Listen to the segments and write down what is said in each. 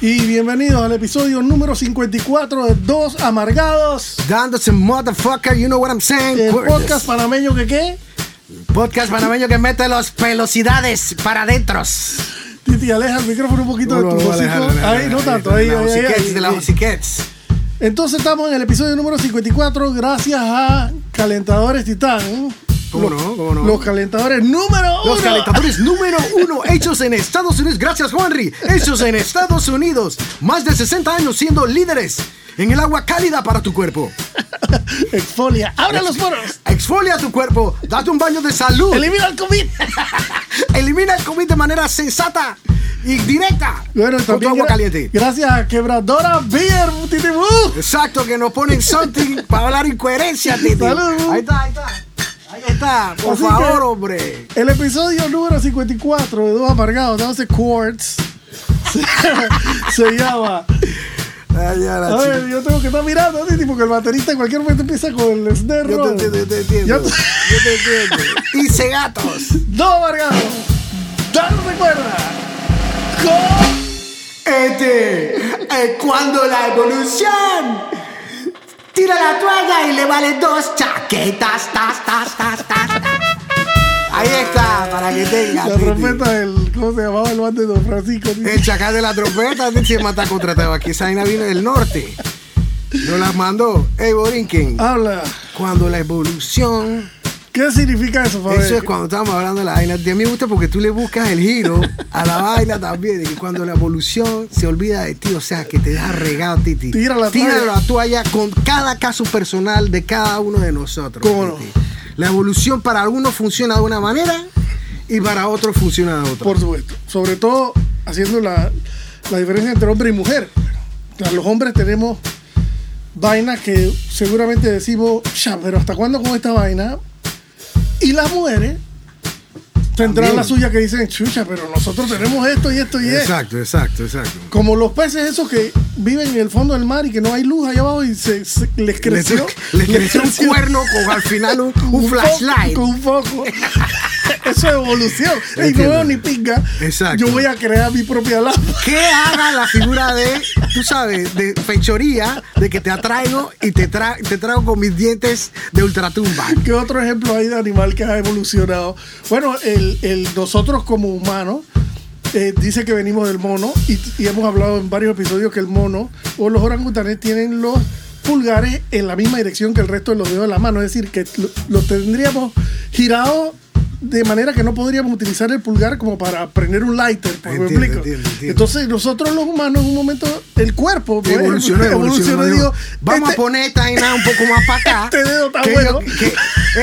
Y bienvenidos al episodio número 54 de Dos Amargados, Dándose motherfucker, you know what I'm saying. el podcast panameño que qué, podcast panameño que mete las velocidades para adentro. Titi, aleja el micrófono un poquito de tu hocico. Ahí, no tanto, ahí, ahí, ahí, ahí, ahí. Entonces estamos en el episodio número 54 gracias a Calentadores Titán. ¿Cómo Los- no? ¿Cómo no? Los calentadores número uno. Los calentadores número uno, hechos en Estados Unidos. Gracias, Juanri. Hechos en Estados Unidos. Más de 60 años siendo líderes en el agua cálida para tu cuerpo. Exfolia, abre los poros, Exfolia tu cuerpo. Date un baño de salud. elimina el COVID. Elimina el COVID de manera sensata y directa. Bueno, con tu también agua gra- caliente. gracias a Quebradora Beer, Titi Boo. Exacto, que nos ponen something para hablar incoherencia, Titi. Salud. Ahí está, ahí está. Ahí está, por Así que- favor, hombre. El episodio número 54 de Dos Amargados, dándose Quartz, se, se llama. Ay, ya la A chica. ver, yo tengo que estar mirando, Titi, porque el baterista en cualquier momento empieza con el snare Yo te roll. entiendo, yo te entiendo. Ya tú- Yo te entiendo. Hice gatos. Dos Amargados, darse cuerda. Con... Este es cuando la evolución tira la toalla y le vale dos chaquetas, tas, tas, tas, tas, tas. Ahí está, para que tenga. La Titi. trompeta del. ¿Cómo se llamaba el band de Don Francisco? Titi? El chacal de la trompeta, Titi, se mata contratado. Aquí esa vaina vino del norte. Nos las mandó. Ey, Borinquen. Habla. Cuando la evolución. ¿Qué significa eso, Fabián? Eso es cuando estábamos hablando de la vaina. A mí me gusta porque tú le buscas el giro a la vaina también. De que cuando la evolución se olvida de ti, o sea, que te deja regado, Titi. Tira la Tira toalla. la toalla con cada caso personal de cada uno de nosotros. ¿Cómo no? Titi. La evolución para algunos funciona de una manera y para otros funciona de otra. Por supuesto. Sobre todo haciendo la, la diferencia entre hombre y mujer. O sea, Los hombres tenemos vainas que seguramente decimos, ya, pero ¿hasta cuándo con esta vaina? Y las mujeres tendrán También. la suya que dicen, chucha, pero nosotros tenemos esto y esto y esto. exacto, exacto, exacto. Como los peces esos que viven en el fondo del mar y que no hay luz allá abajo y se, se- les creció. Les, les creció un cuerno con al final un, un Un flashlight. Foco, un foco. Eso es evolución. Y no Entiendo. veo ni pinga. Exacto. Yo voy a crear mi propia lámpara. que haga la figura de, tú sabes, de fechoría, de que te atraigo y te, tra- te traigo con mis dientes de ultratumba. ¿Qué otro ejemplo hay de animal que ha evolucionado? Bueno, el, el- nosotros como humanos eh, dice que venimos del mono y, y hemos hablado en varios episodios que el mono o los orangutanes tienen los pulgares en la misma dirección que el resto de los dedos de la mano, es decir, que lo- los tendríamos girados de manera que no podríamos utilizar el pulgar como para prender un lighter, por Entiendo, ejemplo. entiendo, entiendo. Entonces nosotros los humanos en un momento el cuerpo pues, Evolucionó, evolucionó. y digo, digo, Vamos este- a poner esta vaina un poco más para acá. Este dedo está que bueno. que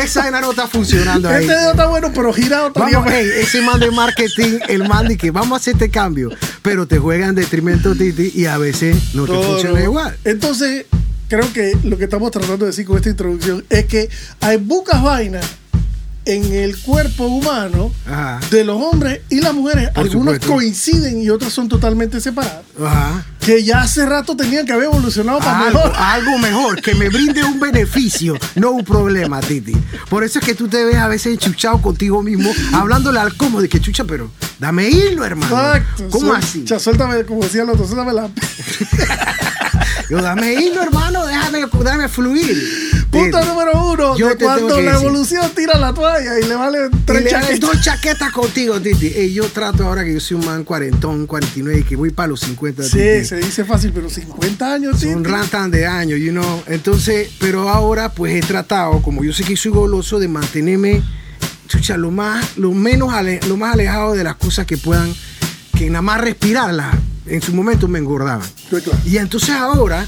esa vaina no está funcionando ahí. Este dedo está bueno, pero girado también. Vamos, ey, ese man de marketing, el man de que vamos a hacer este cambio, pero te juega en detrimento, Titi, y a veces no te Todo. funciona igual. Entonces, creo que lo que estamos tratando de decir con esta introducción es que hay bucas vainas en el cuerpo humano Ajá. de los hombres y las mujeres. Por Algunos supuesto. coinciden y otros son totalmente separadas. Ajá. Que ya hace rato tenían que haber evolucionado para algo, mejor. algo mejor, que me brinde un beneficio, no un problema, Titi. Por eso es que tú te ves a veces enchuchado contigo mismo, hablándole al cómodo de que chucha, pero dame hilo, hermano. Exacto. ¿Cómo Suel- así? Ya, suéltame, como decía el otro, suéltame la. Yo, dame hilo, hermano, déjame, déjame fluir. Punto Titi. número uno. Yo de te tengo cuando que la decir. evolución tira la toalla y le vale Y tres le hagas chaquetas. dos chaquetas contigo, Titi. Ey, yo trato ahora que yo soy un man cuarentón, 49 y que voy para los 50. Sí, Titi. se dice fácil, pero 50 años, sí. un rantan de años, you know. Entonces, pero ahora pues he tratado, como yo sé que soy goloso, de mantenerme, chucha, lo más, lo menos, ale- lo más alejado de las cosas que puedan, que nada más respirarlas, en su momento me engordaban. Sí, claro. Y entonces ahora,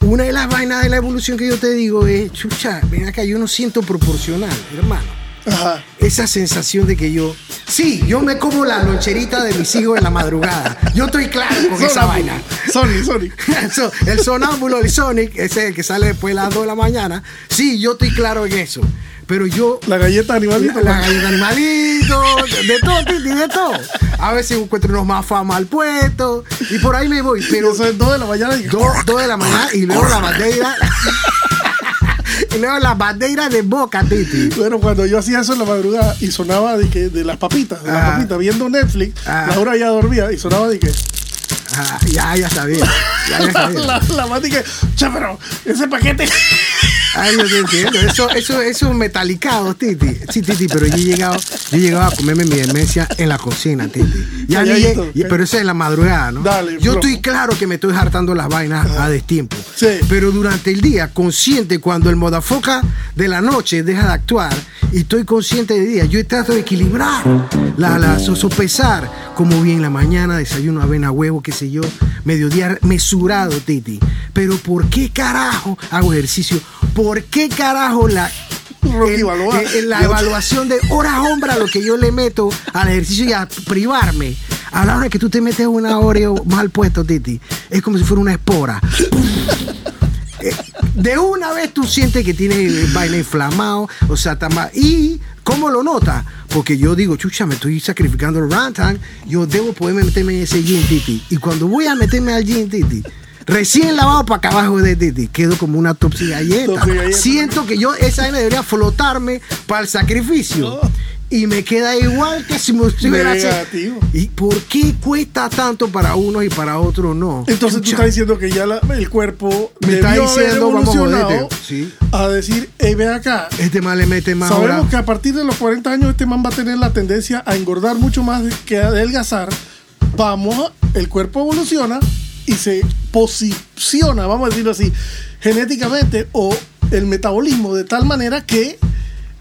una de las vainas de la evolución que yo te digo es, chucha, ven acá, yo no siento proporcional, hermano. Ajá. esa sensación de que yo, sí, yo me como la loncherita de mis hijos en la madrugada. Yo estoy claro con esa Sonámbulo. vaina. Sorry, sorry. Eso, el sonámbulo de Sonic, ese el que sale después de las 2 de la mañana. Sí, yo estoy claro en eso. Pero yo. La galleta animalito. La, la man. galleta animalito, de todo, Titi, de todo. A veces encuentro unos más fama al puesto. Y por ahí me voy. Pero Eso es 2 de la mañana. y- dos, dos de la mañana y luego la bandeira. y luego la bandeira de boca, Titi. Bueno, cuando yo hacía eso en la madrugada y sonaba de que de las papitas, de las Ajá. papitas, viendo Netflix, Ajá. la hora ya dormía y sonaba de que. Ajá, ya, ya sabía. Ya, ya La, sabía. la, la más de que, "Che, pero ese paquete. Ay, yo te Ah, entiendo. Eso, eso, esos metalicados, Titi. Sí, Titi, pero yo he llegado, yo he llegado a comerme mi demencia en la cocina, Titi. Ya ni Calladito, llegué- ok. pero eso es en la madrugada, ¿no? Dale, yo bro. estoy claro que me estoy hartando las vainas a destiempo. Sí. Pero durante el día, consciente, cuando el modafoca de la noche deja de actuar y estoy consciente de día, yo trato de equilibrar, la, la so- sopesar, como bien en la mañana, desayuno, avena, huevo, qué sé yo, mediodía mesurado, Titi. Pero ¿por qué carajo hago ejercicio? ¿Por qué carajo la... Rocky el- Balboa. el- el- la ¿ah? Yo- evaluación de hora a hombra lo que yo le meto al ejercicio y a privarme. A la hora que tú te metes una Oreo mal puesto, Titi, es como si fuera una espora. Eh, de una vez tú sientes que tiene el vaina inflamado, o sea, está mal. ¿Y cómo lo notas? Porque yo digo, chucha, me estoy sacrificando el runtime, yo debo poderme meterme en ese gin titi. Y cuando voy a meterme al gin titi, recién lavado para acá abajo de titi, quedo como una topsi galleta. Topsi galleta. Siento que yo esa vaina debería flotarme para el sacrificio. No. Y me queda igual que si me hubiera hecho- Negativo. ¿Y por qué cuesta tanto para unos y para otros no? Entonces tú Chucha. estás diciendo que ya la- el cuerpo Me está debió haber diciendo, vamos a evolucionado joderte. Sí. a decir, "Ey, ve acá. Este mal le mete más Sabemos ahora. que a partir de los 40 años este man va a tener la tendencia a engordar mucho más que a adelgazar. Vamos, a- el cuerpo evoluciona y se posiciona, vamos a decirlo así, genéticamente o el metabolismo de tal manera que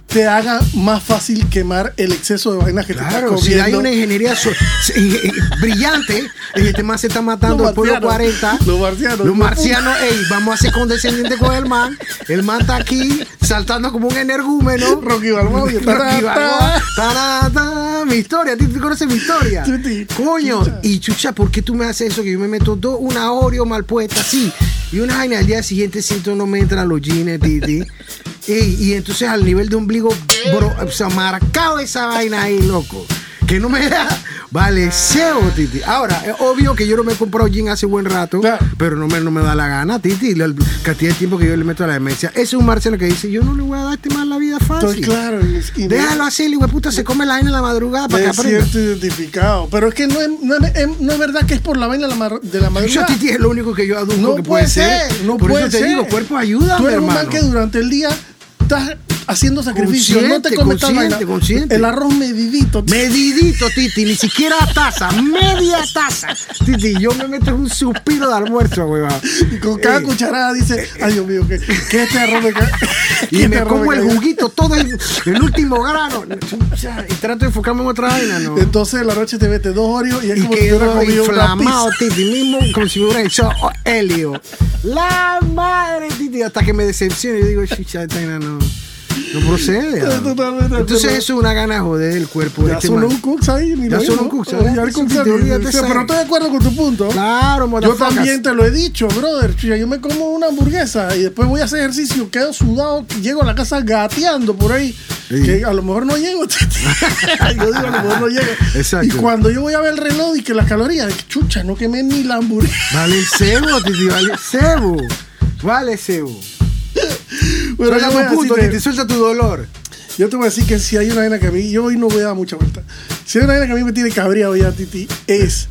te haga más fácil quemar el exceso de vainas que te estás Claro, si comiendo. hay una ingeniería so- si- eh, eh, brillante, eh, este man se está matando Los después de los marcianos. 40. Los marcianos. Los marcianos, ey, vamos a ser condescendientes con el man. El man está aquí saltando como un energúmeno. Rocky Balboa, y ta, ta, Rocky ta. Balboa, ta, ta, ta. Mi historia, ¿tú, tú conoces mi historia? Chuti, Coño, chucha. y chucha, ¿por qué tú me haces eso? Que yo me meto dos, una Oreo mal puesta, así. Y una vaina al día siguiente siento no me entran los jeans, Titi. Ey, y entonces al nivel de ombligo, bro, o sea, marcado esa vaina ahí, loco. Que no me da. Vale, cebo, Titi. Ahora, es obvio que yo no me he comprado jean hace buen rato, Claro. pero no me, no me da la gana, Titi. La cantidad de tiempo que yo le meto a la demencia. Ese es un marciano que dice: Yo no le voy a dar a este mal la vida Entonces, fácil. claro, y- y- Déjalo así, el puta se come la vaina en la madrugada para que Me aprenda. siento identificado. Pero es que no es, no es- em- no es verdad que es por la vaina de la mar- de la Pues Yo madrugada. Titi es lo único que yo adulto No que puede ser. no Por puede eso te ser. digo, cuerpo ayuda, Tú eres un man hermano. que durante el día estás haciendo sacrificio. no te Consciente, comes tal consciente, vaina. consciente. El arroz medidito. Medidito, Titi, ni siquiera taza, media taza. Titi, yo me meto en un suspiro de almuerzo, huevón. Y con cada Eh, cucharada dice, ay Dios mío, que, que este arroz me este cae. Y me como el juguito todo el, el último grano. Chucha, Y trato de enfocarme en otra vaina, ¿no? Entonces la noche te metes dos oreos y es Y como si te hubiera quedó comido una inflamado, pizza. Titi, mismo como si me hubiera hecho helio. La madre, Titi, hasta que me decepcione. Yo digo, chucha, esta vaina no, no procede. ¿no? Totalmente de Entonces acuerdo. eso es una gana de joder el cuerpo de Ya este son man. un cooks ahí, ni Ya lo son digo. un cooks, Ya ¿verdad? el Sí, cooks sí, ahí, te olvidas de o sea, esa- Pero estoy de acuerdo con tu punto. Claro, Yo motherfuckers. también te lo he dicho, brother. Chuya, Yo me como una hamburguesa y después voy a hacer ejercicio, quedo sudado, llego a la casa gateando por ahí. Sí. Que a lo mejor no llego. yo digo, a lo mejor no llego. Exacto. Y cuando yo voy a ver el reloj y que las calorías, chucha, no quemé ni la hamburguesa. Vale cebo, Titi, vale cebo. Vale cebo. Pero yo, Suelta voy a tu punto, decirte- Titi, suelta tu dolor. yo te voy a decir que si hay una vaina que a mí, yo hoy no voy a dar mucha vuelta. Si hay una vaina que a mí me tiene cabreado ya, Titi, es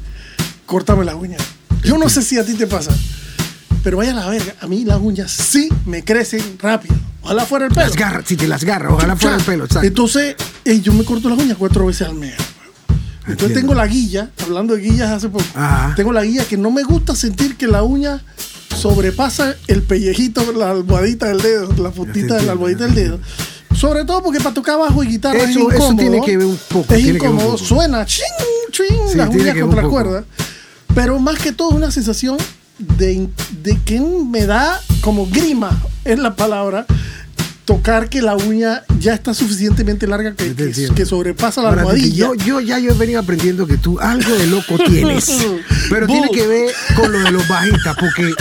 cortarme las uñas. Yo no sé si a ti te pasa, pero vaya la verga, a mí las uñas sí me crecen rápido. Ojalá fuera el pelo. Las garras, Titi, las garras. Ojalá fuera el pelo, exacto. Entonces, eh, yo me corto las uñas cuatro veces al mes. Entonces Entiendo. tengo la guilla, hablando de guillas hace poco, Ajá. tengo la guilla que no me gusta sentir que la uña sobrepasa el pellejito, la almohadita del dedo, la puntita de entiendo, la almohadita ya del dedo. Sobre todo porque para tocar bajo y guitarra es Eso- eso incómodo. tiene que ver un poco, Es tiene que ver un incómodo, poco. suena ching, ching, Sí, las tiene uñas que ver un contra las poco. cuerdas. Pero más que todo es una sensación de, de que me da como grima, es la palabra, tocar que la uña ya está suficientemente larga que, Yo te que- entiendo. que sobrepasa la Ahora, Titi, almohadilla. yo, yo ya yo he venido aprendiendo que tú algo de loco tienes. Pero tiene Bull. que ver con lo de los bajistas, porque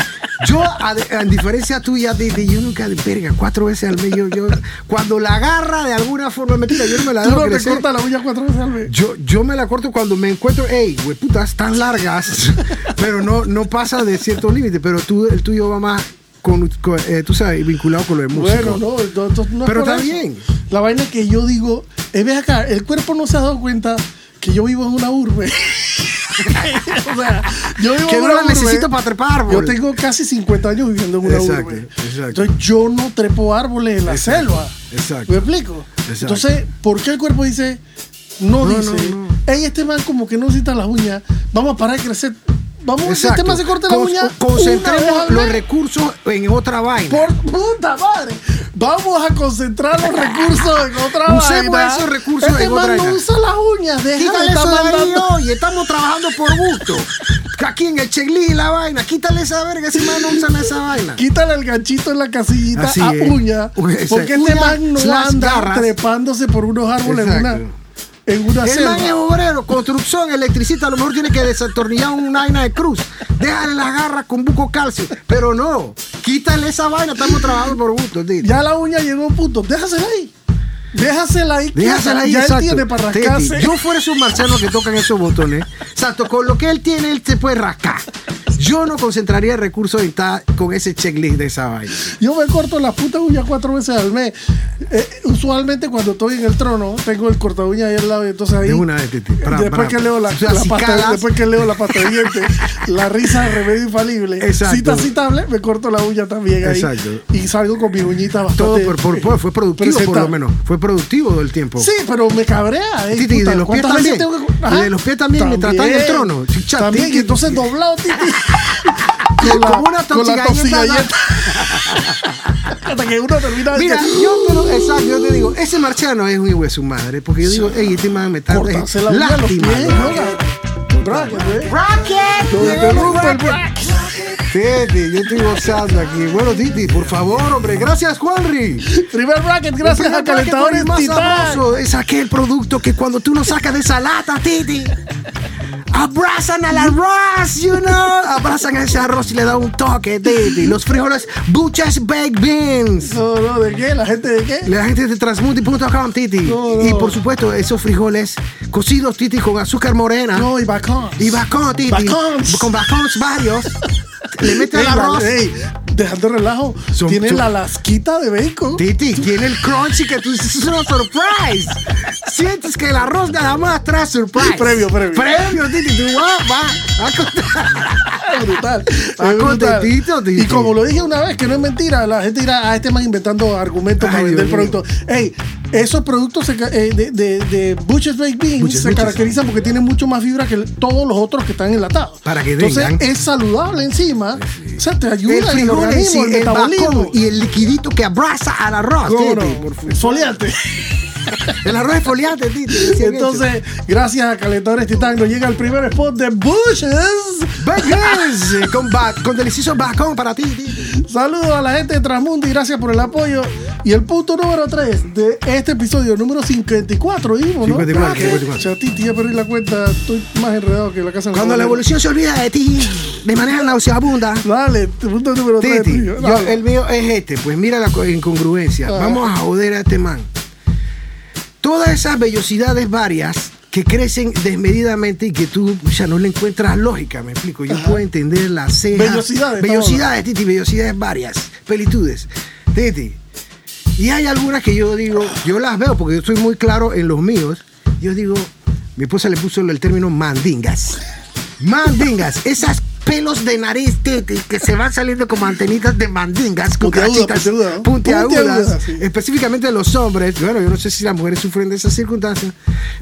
yo, a, a diferencia tuya, Titi, yo nunca de verga, cuatro veces al mes, yo, yo- cuando la agarra de alguna forma, mentira, yo no me la Tú dejo no te crecer. cortas la uña cuatro veces al mes. Yo, yo me la corto cuando me encuentro, hey, güey, putas, tan largas, pero no, no pasa de cierto límite, pero tú, el tuyo va más, con, con, eh, tú sabes, vinculado con lo de música. Bueno, no, no, no, no es Pero por está eso. bien. La vaina que yo digo, es ve acá, el cuerpo no se ha dado cuenta que yo vivo en una urbe. o sea, yo vivo Que en no una la urbe. necesito para trepar, Yo bol. tengo casi 50 años viviendo en una Exacto, urbe. exacto. Entonces yo no trepo árboles en la selva. exacto. ¿Me explico? Exacto. Entonces, ¿por qué el cuerpo dice, no, No, dice, no, no. hey, este man como que no necesita las uñas, vamos a parar de crecer, vamos, a este man se corta la Con- uña. una vez Concentremos al los mes". recursos en otra vaina. Por puta madre. Vamos a concentrar los recursos en otra Usemos vaina. esos recursos este en man otra no vaina. usa las uñas. Deja de Quítale estar eso de ahí, mandando. oye, estamos trabajando por gusto. Aquí en el checklist y la vaina, quítale esa verga, ese man no usan esa vaina. Quítale el ganchito en la casillita Así a es. uña. Uy, ese- Porque este uña man no slash anda garras. trepándose por unos árboles en una, Exacto. en una El selva. man es obrero, construcción, electricista, a lo mejor tiene que desatornillar una vaina de cruz. Déjale las garras con buco calcio. Pero no, quítale esa vaina, estamos trabajando por gusto, tío. Ya la uña llegó a un punto. Déjasela ahí. Déjasela ahí. Déjasela ahí, Ya él exacto. tiene para Teti, rascarse. yo fuera esos marcianos que tocan esos botones, exacto, con lo que él tiene, él se puede rascar. Yo no concentraría recursos en estar con ese checklist de esa vaina. Yo me corto las putas uñas cuatro veces al mes. Eh, usualmente cuando estoy en el trono, tengo el corta uña ahí al lado y entonces ahí. De una vez, Titi. Bra, después, bra. que leo la, O sea, la si pasta, cagas- después que leo la pasta de dientes, la risa de remedio infalible, Exacto. cita citable, me corto la uña también ahí. Exacto. Y salgo con mi uñita bastante. Todo por, por- por- fue productivo, por presentable. lo menos. Fue productivo todo el tiempo. Sí, pero me cabrea. eh, Titi, y puta, de los pies ¿cuántas veces también. tengo que- Ajá. Y de los pies también, mientras está en el trono. Chicha, También, Titi. y entonces doblado, Titi. Como una con la toxigalleta. Hasta que uno termina de Mira, yo te, lo- exacto, yo te digo, ese marciano es un hijo de su madre, porque yo digo, ey, este man me está cortarse la uña a los pies. Lástima, ¿no? ¿no? Bracket, ¿eh? Rocket, Lo llegó interrumpo el- Rocket. Titi, yo estoy gozando aquí. Bueno, Titi, por favor, hombre. Gracias, Juanri. Primer bracket, gracias a El primer paquete Calentadores más Titán. sabroso es aquel producto que cuando tú lo sacas de esa lata, Titi, abrazan al arroz, you know. Abrazan a ese arroz y le da un toque, Titi. Los frijoles Buchas Baked Beans. No, no, ¿de qué? ¿La gente de qué? La gente de transmundi.com, Titi. No, no. Y por supuesto, esos frijoles cocidos, Titi, con azúcar morena. No, y bacán. Y bacón, Titi. Bacons. Con bacons varios. Le meten Ey, el arroz. la- ey, dejando relajo, Son- tiene son- la lasquita de bacon. Titi, tiene el crunchy que tú dices, es una surprise. Sientes que el arroz nada más trae surprise. Previo, previo. Previo, Titi. Tú vas, vas. vas con- Es brutal. Ah, es brutal. contentito, Titi. Y como lo dije una vez, que no es mentira, la gente dirá, ah, este man inventando argumentos para Ay, vender Dios mío. productos. Ey, esos productos se ca- eh, de, de, de Butcher's Baked Beans Butcher's, se Butcher's. caracterizan porque tienen mucho más fibra que el- todos los otros que están enlatados. Para que Entonces, vengan. es saludable encima. O sea, te ayuda El en el frijol en sí, organismo, el, el bacón metabolismo. Ah, y el liquidito que abraza al arroz, No, Titi. no, Foliante. El arroz es foliante, Titi. Y recién hecho. Entonces, gracias a Calentadores Titán, nos llega el primer spot de Bushes. Bacons, eh, con, ba- con delicioso bacón para ti, Titi. Saludos a la gente de Transmundo y gracias por el apoyo. Y el punto número 3 de este episodio, número 54, dijimos, ¿no? 54, Ah, que- 54. Chatiti, ya perdí la cuenta, estoy más enredado que la casa. de Cuando la abuela. evolución se olvida de ti, de manera nauseabunda. Dale, punto número 3. Titi, yo- el mío es este. Pues mira la co- incongruencia. Ajá. Vamos a joder a este man. Todas esas vellosidades varias que crecen desmedidamente y que tú ya no le encuentras lógica, me explico. Yo puedo entender las cejas. Vellosidades, Vellosidades, Titi, vellosidades varias. Pelitudes. Titi. Y hay algunas que yo digo, yo las veo porque yo estoy muy claro en los míos. Yo digo, mi esposa le puso el término mandingas. Mandingas, esas pelos de nariz Titi, que se van saliendo como antenitas de mandingas, Puntiaguda, cucarachitas, puntiaguda, ¿no? Puntiaguda, puntiagudas, sí. específicamente de los hombres. Bueno, yo no sé si las mujeres sufren de esas circunstancias,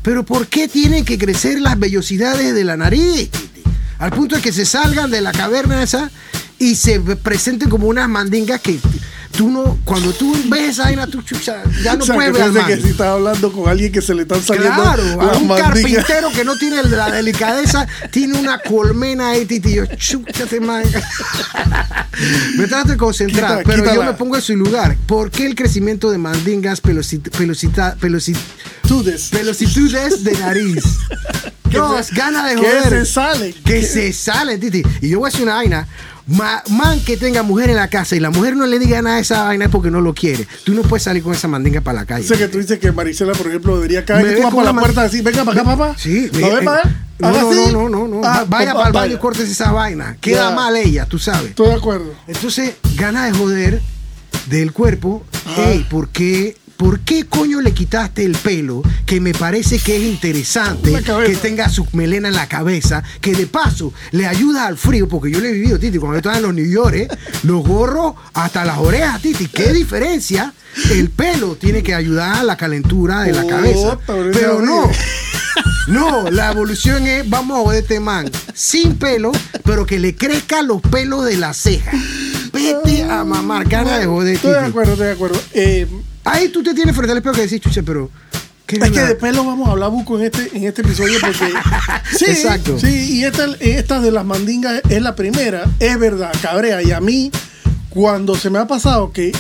pero ¿por qué tienen que crecer las vellosidades de la nariz? Titi? Al punto de que se salgan de la caverna esa y se presenten como unas mandingas que tú no, cuando tú ves esa vaina, tú chucha, ya no o sea, puedes que ver al piensa que man. si estás hablando con alguien que se le están saliendo Claro, a las un mandíbulas. carpintero que no tiene la delicadeza, tiene una colmena ahí, titi. Yo, chúchate, man. me trato de concentrar, Quita- pero yo quítala. me pongo en su lugar. ¿Por qué el crecimiento de mandingas, pelosit- pelocita- pelosit- Tú des- pelositudes de nariz? Dios, gana de que joder. se salen. Que se salen, Titi. Y yo voy a decir una vaina. ma- man que tenga mujer en la casa y la mujer no le diga nada a esa vaina es porque no lo quiere. Tú no puedes salir con esa mandinga para la calle. Sé que tú dices que Marisela, por ejemplo, debería Me caer y ve tú vas con una para la man- puerta así, venga para acá, papá. Sí, ¿Lo ves eh, para eh, no, Haga no, así. no, no, no. Ah, vaya papá, para el baño y vaya. cortes esa vaina. Queda Ya. mal ella, tú sabes. Estoy de acuerdo. Entonces, gana de joder del cuerpo. Ajá. Ey, ¿por qué? ¿Por qué coño le quitaste el pelo? Que me parece que es interesante La cabeza. que tenga su melena en la cabeza, que de paso le ayuda al frío, porque yo lo he vivido, Titi, cuando yo estaba en los New York, eh, los gorros hasta las orejas, Titi. Eh. ¿Qué diferencia? El pelo tiene que ayudar a la calentura de la Oh, cabeza. pero esa Pero no, horrible. no, la evolución es, vamos a joder este man, sin pelo, pero que le crezcan los pelos de la ceja. Vete a mamar cara de joder. Estoy de Titi. acuerdo, estoy de acuerdo. Eh, Ahí tú te tienes frente al espejo que decís, chucha, pero... qué es que nada". de pelo vamos a hablar buco en este, en este episodio porque. sí, Exacto. Sí, y esta, esta de las mandingas es la primera. Es verdad, cabrea. Y a mí, cuando se me ha pasado que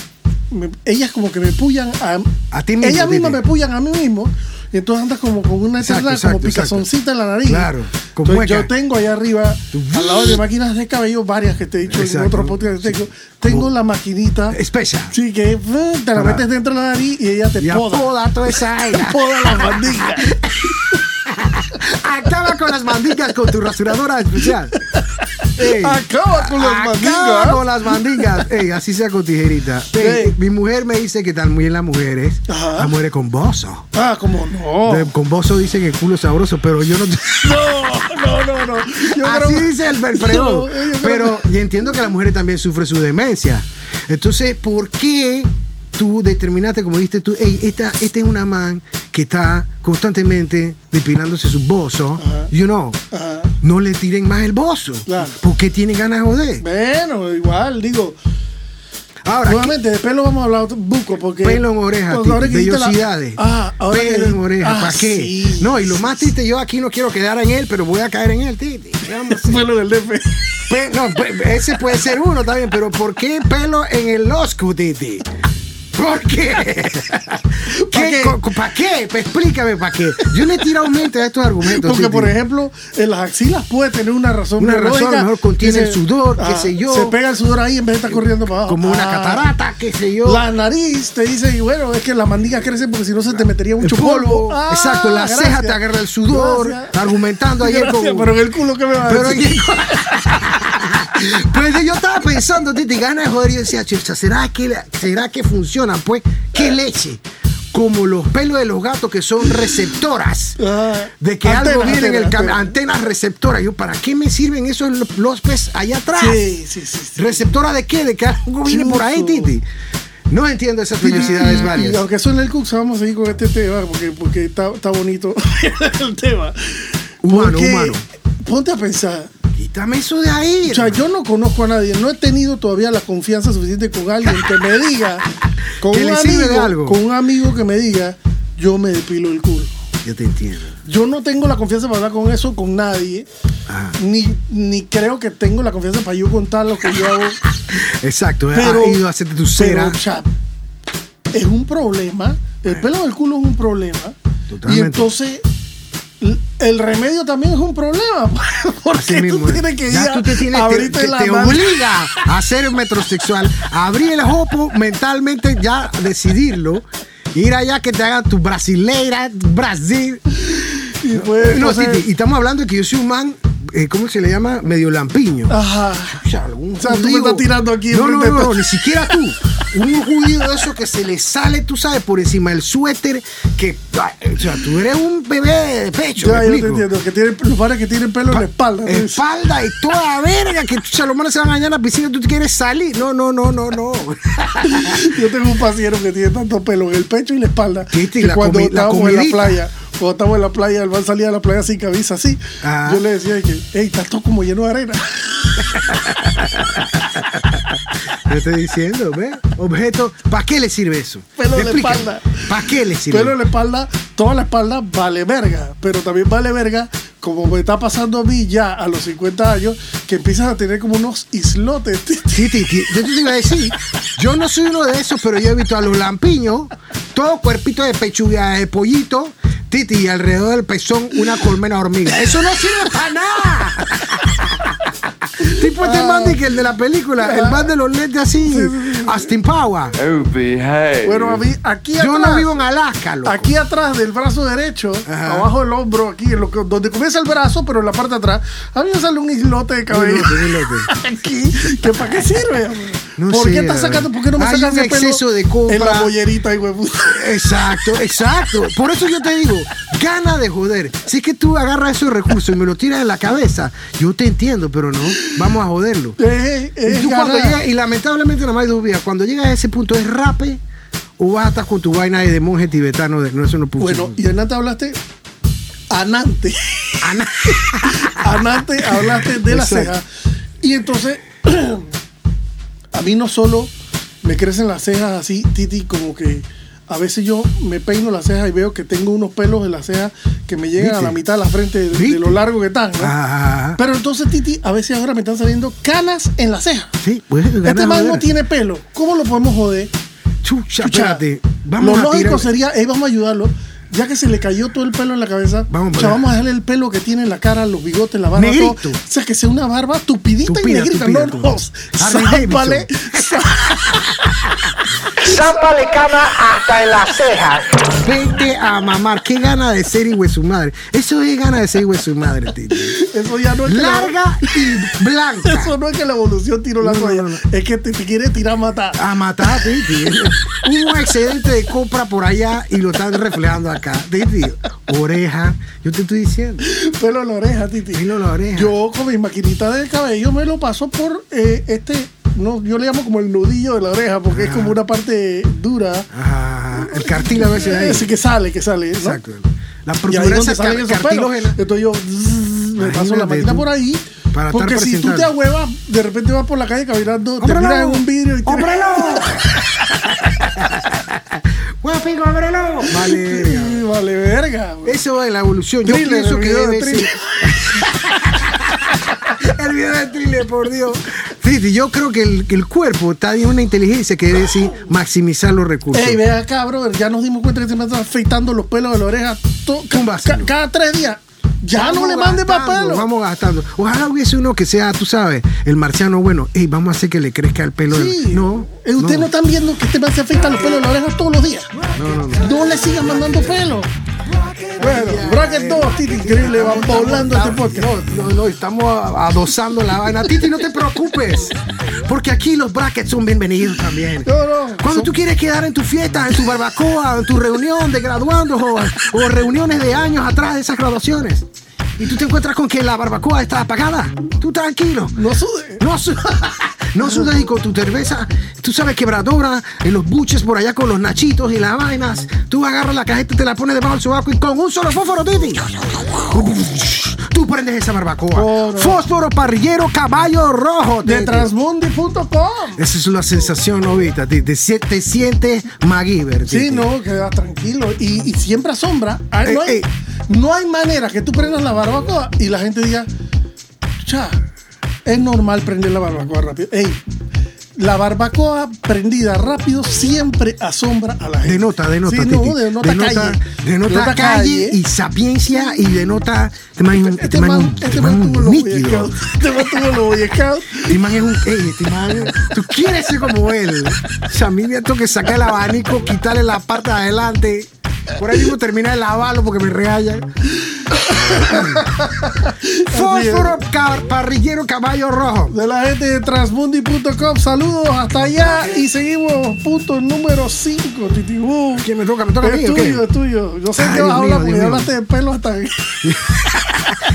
me- ellas como que me pullan a. A ti mismo, Ellas mismas dime. me pullan a mí mismo. Y entonces andas como con una Exacto, eterna, exacto, como picazoncita en la nariz. Claro, con Entonces, mueca. yo tengo allá arriba, al lado de máquinas de cabello, varias que te he dicho ¡Ah! Exacto. en otro podcast que tengo. Tengo la maquinita. Especia. Sí, que eh, te la Para- metes dentro de la nariz y ella te Y poda. apoda toda esa vaina. Poda las mandingas. Acaba con las mandingas con tu rasuradora especial. Ey, Acaba con las acaba mandingas. con las mandingas. Ey, así sea con tijerita. Ey, Ey. Mi mujer me dice que tan muy bien las mujeres. Ajá. Las mujeres con bozo. Ah, como no. De- Con bozo dicen que culo sabroso, pero yo no. No, no, no, no. Yo Así creo- dice el Belfredo. Yo- yo creo Pero y entiendo que las mujeres también sufren su demencia. Entonces, ¿por qué tú determinaste, como dijiste tú, "Ey, esta, esta es una man que está constantemente depilándose su bozo? Ajá. You know, Ajá. no le tiren más el bozo. Claro. Porque tienen ganas de joder. Bueno, igual, digo. Ahora, ¿qué nuevamente, de pelo vamos a hablar otro- buco, porque. pelo en oreja, porque tío, ahora que dijiste la- vellosidades. Ah, ahora. pelo que- en oreja, Ah, ¿para qué? sí. No, y lo más triste, yo aquí no quiero quedar en él, pero voy a caer en él, Titi. Vamos. Pelo del DF. Pe- no, pe- ese puede ser uno también, pero ¿por qué pelo en el Oscu, Titi? ¿Por qué? ¿Pa' ¿Para qué? qué? ¿Para qué? Pe- Explícame para qué. Yo no he tirado mente a estos argumentos. Porque, Titi. por ejemplo, en las axilas puede tener una razón Una razón, biológica. a lo mejor contiene Dice, ah, el sudor, qué sé yo. Eh, Se pega el sudor ahí en vez de estar corriendo para abajo. Como una Ah, catarata, qué sé yo. La nariz te dice, y bueno, es que las mandigas crecen porque si no se te metería mucho El polvo. polvo. Ah, Exacto, la gracias. ceja te agarra el sudor. Gracias. Argumentando ayer Gracias, con. Pero en el culo que me va a Pero decir? en- Pues yo estaba pensando, Titi, ganas de joder. Y yo decía, chucha, ¿será que, la- ¿será que funcionan? Pues, Eh. ¿qué leche? Como los pelos de los gatos que son receptoras. Ah, De que algo antenas, viene en el antenas, cam- antenas. Antenas receptoras. Yo, ¿para qué me sirven esos lo- lópez allá atrás? Sí, sí, sí. sí. ¿Receptora de qué? ¿De que algo viene por ahí, Chuzo. Titi? No entiendo esas curiosidades Y varias. aunque suene el Cux, vamos a seguir con este tema porque, porque está, está bonito el tema. Humano, Porque, humano. Ponte a pensar. Quítame eso de ahí. O sea, yo no conozco a nadie, no he tenido todavía la confianza suficiente con alguien que me diga, con, Que un le sirve de amigo, algo. con un amigo que me diga, yo me depilo el culo. Yo te entiendo. Yo no tengo la confianza para hablar con eso con nadie, Ajá. ni, ni creo que tengo la confianza para yo contar lo que yo hago. Exacto. Pero, ha ido a hacerte tu cera. Eh. pero, o sea, es un problema, el pelo del culo es un problema, Totalmente. y entonces l- el remedio también es un problema, Así porque mismo tú es. tienes que ir ya a tú te tienes te, abrirte te- la te mano. obliga a ser metrosexual, a abrir el jopo mentalmente, ya decidirlo, ir allá que te hagan tu brasileira, Brasil. Y pues, No, entonces- Titi, y estamos hablando de que yo soy un man, eh, ¿cómo se le llama? Medio lampiño. Ajá. O sea, algún Ah, O sea, tú me judío- estás tirando aquí No, no, enfrente no, de no, todo. ni siquiera tú. Un judío de eso que se le sale, tú sabes, por encima del suéter, que. ay, O sea, tú eres un bebé de pecho. ¿me Ya, yo te explico? entiendo. Que tienen, los padres que tienen pelo en la espalda. ¿no? Espalda y toda verga que chucha, los malos se van a bañar a la piscina, tú te quieres salir. No, no, no, no, no. Yo tengo un pasajero que tiene tanto pelo en el pecho y la espalda. Titi, que la cuando comi- la estábamos en la comidita. playa, cuando estábamos en la playa, el man salía de la playa sin camisa así. Ah. Yo le decía que, hey, estás todo como lleno de arena. Yo estoy diciendo, ¿ves? Objeto, ¿para qué le sirve eso? Pelo en la Explica, espalda. ¿Para qué le sirve? Pero la espalda, toda la espalda vale verga, pero también vale verga como me está pasando a mí ya a los 50 años, que empiezas a tener como unos islotes. Sí, sí, sí. Yo te iba a decir, yo no soy uno de esos, pero yo he visto a los lampiños, todo cuerpito de pechuga de pollito, Titi, y alrededor del pezón una colmena de hormiga. ¡Eso no sirve para nada! tipo este man de que el de la película, el man de los lentes así, Austin Power. Oh, behave. Bueno, a mí, aquí Yo no atrás- vivo en Alaska, loco. Aquí atrás del brazo derecho, Ajá. abajo del hombro, aquí, en lo que- donde comienza el brazo, pero en la parte de atrás, a mí me sale un islote de cabello. Un islote, un islote. aquí, que para qué sirve. hombre? No ¿Por sé, qué estás hombre. sacando? ¿Por qué no me Hay sacas un ese pelo exceso de copa. En la bollerita, hijo de puta? Exacto, exacto. Por eso yo te digo, gana de joder. Si es que tú agarras esos recursos y me los tiras en la cabeza, yo te entiendo, pero no, vamos a joderlo. Es- es Y tú cuando ganar. llegas, y lamentablemente nada más hay dos vías, cuando llegas a ese punto es rape o vas a estar con tu vaina de monje tibetano de no eso no puede Bueno, y ser. Hernán, te hablaste anante. Ana- Anante, hablaste de la Exacto. ceja. Y entonces, a mí no solo me crecen las cejas así, Titi, como que a veces yo me peino las cejas y veo que tengo unos pelos en las cejas que me llegan a la ¿Viste? mitad de la frente de, de ¿Viste? lo largo que están. ¿no? Ah, Pero entonces, Titi, a veces ahora me están saliendo canas en las cejas. sí, pues, gana Este man no joder. tiene pelo. ¿Cómo lo podemos joder? Chucha, Chucha, espérate. Vamos lo a tirar. lógico sería, eh, vamos a ayudarlo. Ya que se le cayó todo el pelo en la cabeza, Vamos o para sea, allá. vamos a dejarle el pelo que tiene en la cara, los bigotes, la barba, Negrito. todo. O sea, que sea una barba tupidita Tupida, y negrita. tupida, no, tupida. no. Harley Zámpale, Zámpale cana hasta en las cejas. Vente a mamar, qué gana de ser hijo de su madre. Eso es gana de ser hijo de su madre, tío. Eso ya no es que la- Larga y blanca. eso no es que la evolución tiró la No, no, toalla. no, no. Es que te, te quiere tirar a matar. A matar, Titi. Hubo un excedente de compra por allá y lo están reflejando acá. Titi, oreja, yo te estoy diciendo. Pelo en la oreja, Titi. Pelo en la oreja. Yo con mis maquinitas de cabello me lo paso por eh, este. No, yo le llamo como el nudillo de la oreja, porque es como una parte dura. Eh, Ah, el cartil a veces ahí. Sí, que sale, que sale. ¿no? Exacto. La Y ahí es protuberancia donde car- salen esos pelos. Eh, cartilógena. Entonces yo zzz, me paso la Imagínate máquina tú. por ahí. Para estar porque si tú presentable. te ahuevas, de repente vas por la calle caminando, te miras en un vidrio y te. ¡Cómpralo! ¡Guapi, cómpralo! Vale, venga. Sí, Vale, verga. güey. Eso es la evolución. Yo Thriller, pienso el que video de debe ser- Thriller. el video de thriller, por Dios. Titi, yo creo que el, que el cuerpo está en una inteligencia que debe decir maximizar los recursos. Ey, ve acá, brother. Ya nos dimos cuenta que se me están afeitando los pelos de la oreja to- ca- Túmbaselo. ca- cada tres días. Ya no Vamos le mande más gastando, pelo. Vamos gastando. Ojalá hubiese uno que sea, tú sabes, el marciano bueno. Ey, vamos a hacer que le crezca el pelo. del- Sí. No. Eh, Ustedes no. están viendo que este me hace afeitar los pelos de la oreja todos los días. No, le sigan mandando pelo. Bueno, Bracket 2, Titi, increíble, van volando este podcast. No, no, no, estamos a- adosando la vaina. Titi, no te preocupes. Porque aquí los brackets son bienvenidos también. No, no. Cuando tú quieres quedar en tu fiesta, en tu barbacoa, en tu reunión de graduandos o, o reuniones de años atrás de esas graduaciones. Y tú te encuentras con que la barbacoa está apagada. Tú tranquilo. No sude. No, su- no sudas y con tu cerveza, tú sabes quebradora, en los buches por allá con los nachitos y las vainas. Tú agarras la cajeta, te la pones debajo del sobaco y con un solo fósforo, Titi. Tú prendes esa barbacoa. Fósforo. Fósforo parrillero caballo rojo, De Titi. transmundi.com. Esa es la sensación ahorita, Titi. Te, sie- te sientes MacGyver, Sí, Titi. no, queda tranquilo. Y, y siempre asombra. Ah, Ey, no, hay, ey. no hay manera que tú prendas la barbacoa y la gente diga, cha, es normal prender la barbacoa rápido. Ey, la barbacoa prendida rápido siempre asombra a la gente. Denota, denota, Sí, Titi. no, denota, calle. denota calle y sapiencia y denota. Este man, Este man, este man tuvo los Boy nítido. Scouts. Este man tuvo los Boy Scouts. Este man es un. Ey, este man- tú quieres ser como él. O sea, a mí me tengo que sacar el abanico, quitarle la parte de adelante. Por ahí mismo terminar de lavarlo porque me regañan. Fósforo ca- parrillero caballo rojo. de la gente de transmundi.com. Saludos hasta allá y seguimos. Punto número 5, Titibú. ¿Quién me toca? ¿Me toca a Es mí o tuyo, qué? es tuyo. Yo sé Ay, que vas a Dios hablar mío, porque Dios ya mío. hablaste de pelo hasta.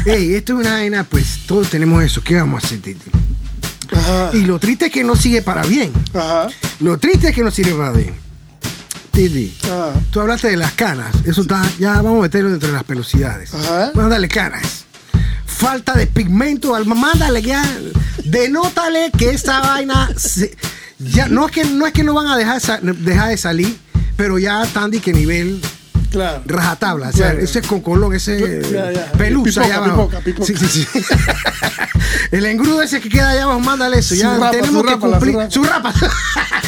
Ey, esto es una vaina, pues todos tenemos eso. ¿Qué vamos a hacer, Titi? Ajá. Y lo triste es que no sigue para bien. Ajá. Lo triste es que no sirve para bien. Titi, Ajá. tú hablaste de las canas. Eso está, ya vamos a meterlo dentro de las velocidades. Ajá. Mándale canas. Falta de pigmento, al- mándale ya. Denótale que esta vaina se- Ya, no, es que, no es que no van a dejar, de sa- dejar de salir, pero ya Tandy que nivel Claro. rajatabla. O sea, Claro. ese es con Colón, ese es Ya, ya. pelusa. Pipoca, allá abajo. pipoca, pipoca. Sí, sí, sí. El engrudo ese que queda allá abajo, mándale eso. Ya Su rapa, tenemos su que rapa, la cumplir. Su rapa.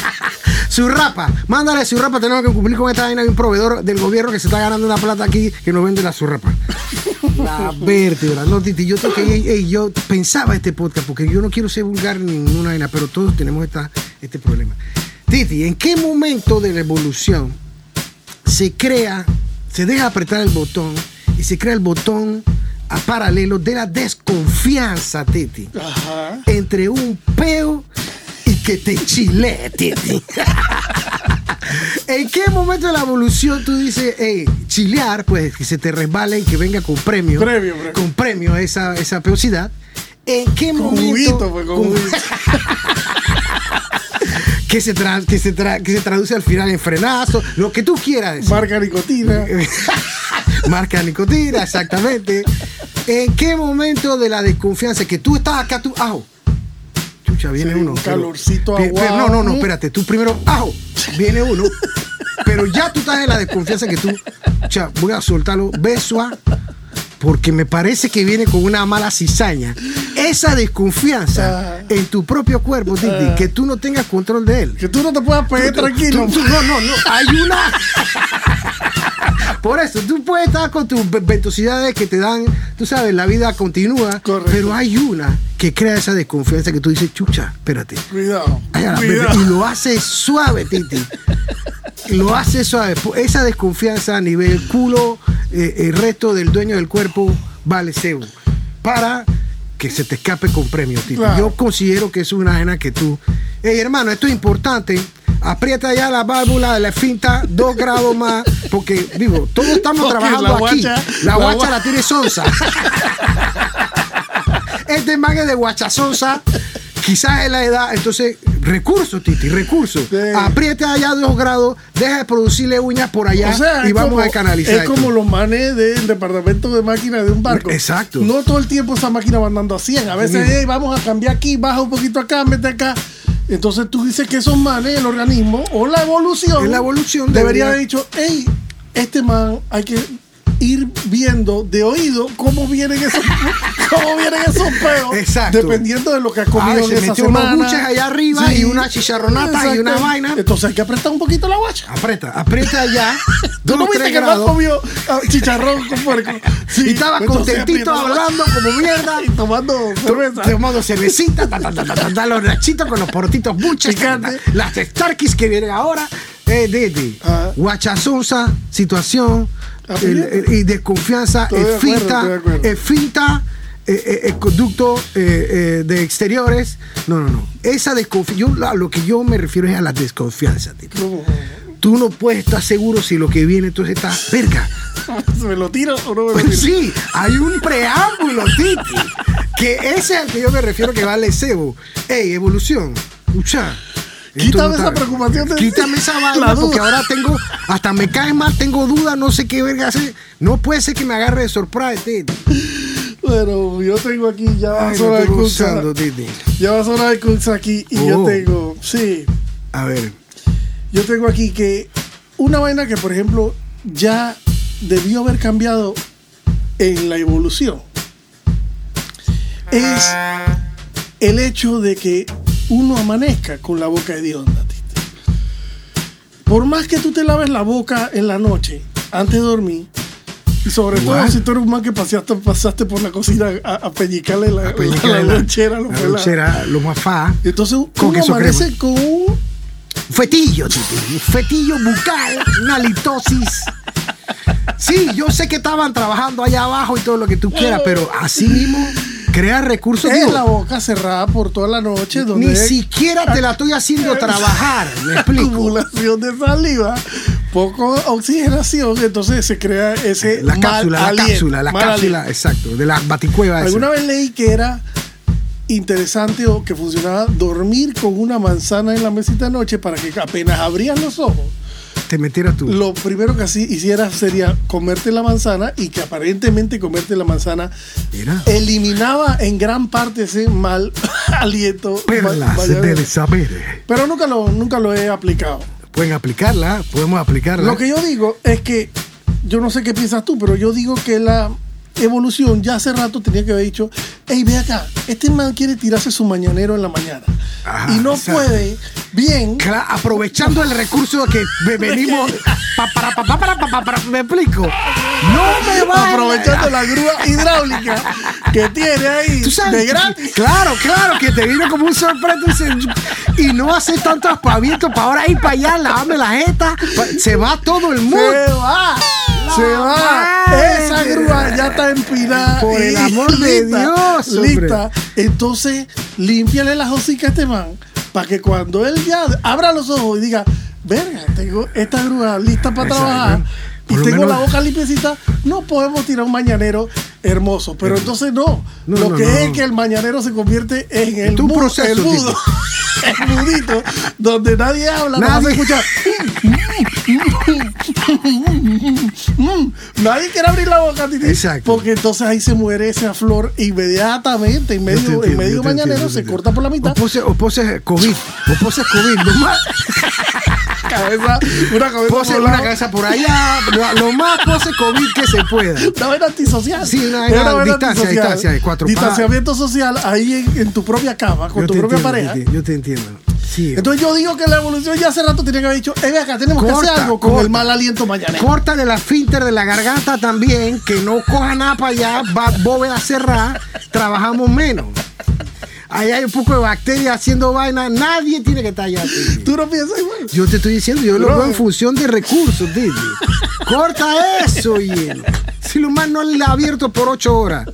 Su rapa, mándale su rapa, tenemos que cumplir con esta vaina de un proveedor del gobierno que se está ganando una plata aquí que nos vende la surrapa. La vértebra, no Titi, yo, toqué, ey, ey, yo pensaba este podcast porque yo no quiero ser vulgar ni ninguna vaina, pero todos tenemos esta, este problema. Titi, ¿en qué momento de la evolución se crea, se deja apretar el botón y se crea el botón a paralelo de la desconfianza, Titi, Ajá. entre un peo y que te chile, Titi? ¿En qué momento de la evolución tú dices, hey, chilear, pues que se te resbale y que venga con premio? Premio, premio. Con premio esa, esa peosidad. ¿En qué Con momento? juguito, pues, con juguito. que, se tra- que, se tra- que se traduce al final en frenazo, lo que tú quieras decir. Marca nicotina. Marca nicotina, exactamente. ¿En qué momento de la desconfianza que tú estás acá, tú, ajo? Chucha, viene Sí, uno. un pero- calorcito pe- pe- No, no, no, aguado. espérate. Tú primero, ajo, viene uno. Pero ya tú estás en la desconfianza que tú, chucha, voy a soltarlo, beso a, porque me parece que viene con una mala cizaña. Esa desconfianza Ah. en tu propio cuerpo, Titi, que tú no tengas control de él. Que tú no te puedas pedir Tú- tranquilo. tú- tú- no, no, no. Hay una. Por eso, tú puedes estar con tus ve- ventosidades que te dan, tú sabes, la vida continúa, Correcto. pero hay una que crea esa desconfianza que tú dices, chucha, espérate. Cuidado. Ay, a la Cuidado. verga. Y lo hace suave, Titi. Lo hace suave. Po- Esa desconfianza a nivel culo, eh, el resto del dueño del cuerpo vale cebo. Para que se te escape con premio, Titi. Claro. Yo considero que es una ajena que tú. Hey, hermano, esto es importante. Aprieta ya la válvula de la finta dos grados más, porque, digo, todos estamos Porque trabajando la aquí. guacha- la la guacha gua- la tiene sonza. Este man es de Guachazonza, quizás es la edad, entonces recursos, Titi, recursos. Sí. Apriete allá dos grados, deja de producirle uñas por allá O sea, y es vamos como- a canalizar. Es esto. como los manes del departamento de máquina de un barco. Exacto. No todo el tiempo esa máquina va andando a 100. A veces, Mismo. "Ey, vamos a cambiar aquí, baja un poquito acá, mete acá. Entonces tú dices que esos manes, el organismo o la evolución. En la evolución debería- debería haber dicho, hey, este man hay que ir viendo de oído cómo vienen esos, cómo vienen esos peos. Exacto. Dependiendo de lo que ha comido Ah, en se esa metió unos semana. buches allá arriba y unas chicharronatas y una vaina. Entonces hay que apretar un poquito la guacha. Aprieta, aprieta allá. ¿Tú dos, no viste tres que no grados. comió ah, chicharrón con puerco? y estaba entonces contentito aprieta la- hablando como mierda. Y tomando cerveza. Tomando cervecita, ta, ta, ta, ta, ta, ta, los nachitos con los porotitos buches, ta, ta, ta, Picante. las Starkis que vienen ahora. Eh, Didi, Ah. guachazonza, situación Ah, el- bien. el- y desconfianza, Estoy de acuerdo, esfinta, estoy de acuerdo. esfinta, eh, eh, el conducto eh, eh, de exteriores. No, no, no. Esa desconfianza, lo que yo me refiero es a la desconfianza. Didi. Tú no puedes estar seguro si lo que viene, entonces está cerca. ¿Se me lo tiro o no me lo tiro? Pues sí, hay un preámbulo, Titi. Que ese es al que yo me refiero que vale cebo. Ey, evolución. Escucha. esto Quítame esa está- preocupación de- Quítame esa vaina La duda. porque ahora tengo. Hasta me cae mal, tengo duda, no sé qué verga hacer. No puede ser que me agarre de sorpresa, Titi. Bueno, yo tengo aquí, ya va Ay, a sonar no el estoy Kunza. gozando, Titi. Ya va a sonar el Kunza aquí y yo Oh. tengo, sí, A ver. yo tengo aquí que una vaina que, por ejemplo, ya debió haber cambiado en la evolución es el hecho de que uno amanezca con la boca hedionda. Tito. Por más que tú te laves la boca en la noche antes de dormir, y sobre todo What? si tú eres un man que paseaste, pasaste por la cocina a, a pellicarle la, pues La película la, de lonchera a los la pelados. lonchera, lo más fa. Entonces Con uno queso amanece con un Fetillo, Titi. Un Fetillo bucal, una litosis. Sí, yo sé que estaban trabajando allá abajo y todo lo que tú quieras, pero así mismo crear recursos. Es digo, la boca cerrada por toda la noche donde Eh. ni hay siquiera te la estoy haciendo trabajar, me explico. acumulación de saliva, poco oxigenación, entonces se crea ese La mal cápsula, la aliento, cápsula, la mal cápsula, aliento. exacto, de la baticueva. esa. Alguna vez leí que era interesante o que funcionaba dormir con una manzana en la mesita de noche para que apenas abrías los ojos Te te metieras tú. Lo primero que así hiciera sería comerte la manzana y que aparentemente comerte la manzana Mira. eliminaba en gran parte ese mal aliento. Perlas ma- vaya- del saber. Pero nunca lo, nunca lo he aplicado. Pueden aplicarla, podemos aplicarla. Lo que yo digo es que, yo no sé qué piensas tú, pero yo digo que la evolución ya hace rato tenía que haber dicho, hey, ve acá, este man quiere tirarse su mañanero en la mañana. Ajá, y no exacto. puede, bien, Cla- aprovechando el recurso que ve- venimos pa- para, pa- pa- para, pa- pa- para- me explico no me va aprovechando la grúa hidráulica que tiene ahí Tú sabes, de gratis. Claro, claro, que te vino como un sorpresa y se- y, no hace tanto aspaviento para ahora ir para allá, lavarme la jeta. pa- Se va todo el mundo. Se va, se va. madre. Esa grúa ya está empinada. eh, Por el amor de Dios, hombre. Lista. Entonces, límpiale las hocicas a este man para que cuando él ya abra los ojos y diga, verga, tengo esta grúa lista para Exacto. trabajar. Por y lo tengo menos- la boca limpiecita, no podemos tirar un mañanero hermoso. Pero entonces no. Eh, No, Lo no, que no, es no. que el mañanero se convierte en el, Es un mu- proceso, el mudo. El mudito, donde nadie habla, nada más se Nadie- escucha. Mm, Nadie quiere abrir la boca, Titi. Exacto. Porque entonces ahí se muere esa flor inmediatamente. En medio, Yo te entiendo, en yo medio te mañanero entiendo, yo se te corta por la entiendo. mitad. O poses, o poses COVID, o poses COVID, lo más, Cabeza, Pues una cabeza. poses por un una lado. cabeza por allá, lo, lo más poses COVID que se pueda. Una vena antisocial. Sí, una Era vaina vaina distancia, distancia de cuatro Distanciamiento social ahí en, en tu propia cama, con Yo tu te propia entiendo, pareja. Titi, Yo te entiendo. Sí. Entonces yo digo que la evolución ya hace rato tenía que haber dicho, eh, ve acá tenemos que Corta, hacer algo con corta. el mal aliento mañanero. Corta de la finter de la garganta también, que no coja nada para allá, va bóveda cerrada, trabajamos menos. Ahí hay un poco de bacteria haciendo vaina, nadie tiene que estar allá. Titi. Tú no piensas igual. Yo te estoy diciendo, yo lo Bro. veo en función de recursos, Didi. Corta eso, hielo. Si lo más no le ha abierto por ocho horas.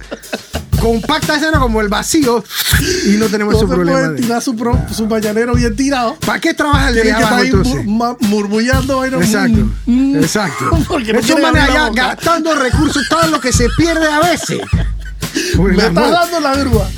Compacta escena como el vacío y no tenemos No se ese problema. puede de- tirar su, pro- su mañanero bien tirado. ¿Para qué trabaja el de Tienen que estar abajo ahí entonces? mur- ma- murmullando vaina. Exacto, Mm, mm. exacto. Porque no Eso quieren man abrir la allá boca. gastando recursos, todo lo que se pierde a veces. Por el Me estás amor. dando la grúa.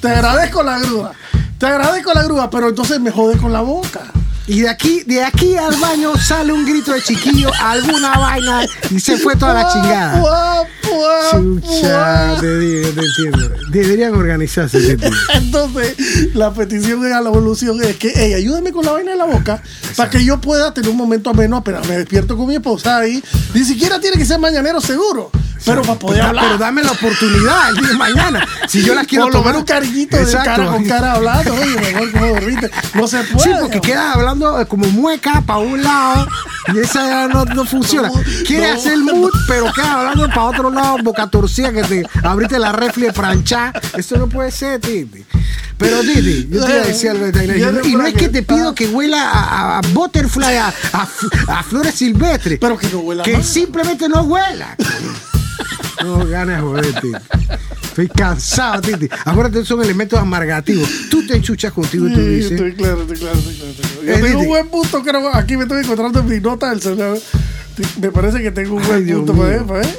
Te agradezco la grúa. Te agradezco la grúa, pero entonces me jode con la boca. Y de aquí, de aquí al baño sale un grito de chiquillo, alguna vaina, y se fue toda la Puá, chingada. puá, puá, Chucha, puá. te digo, te entiendo. Deberían organizarse, te entiendo. Entonces, la petición de la evolución es que, hey, ayúdame con la vaina de la boca para que yo pueda tener un momento ameno apenas me despierto con mi esposa ahí. Ni siquiera tiene que ser mañanero seguro, pero para poder Da- hablar. Pero dame la oportunidad el día de mañana. Si yo las quiero Por lo tomar menos un cariñito de Exacto. cara con cara hablando. Oye, mi amor, ¿cómo dormiste? No se puede. Sí, porque amor. quedas hablando eh, como mueca para un lado y esa ya no, no funciona. No, Quiere no. hacer mood, pero quedas hablando para otro lado, boca torcida, que te abriste la refle franchá. Eso no puede ser, Titi. Pero Titi, yo te iba a decir algo de Tainá. Yo Y no es que te pido recuerdo que huela a, a- a butterfly, a, a f- a flores silvestres. Pero que no huela Que mal. simplemente no huela. No ganas de joder, Titi. Estoy cansado, Titi. Acuérdate, son elementos amargativos. Tú te enchuchas contigo y tú Sí, dices. Estoy claro, estoy claro, estoy claro. estoy claro. Yo Eh, tengo un Didi. buen punto, creo. Aquí me estoy encontrando en mi nota del celular. Te- Me parece que tengo un Ay, buen Dios punto para ver, mío. para ver.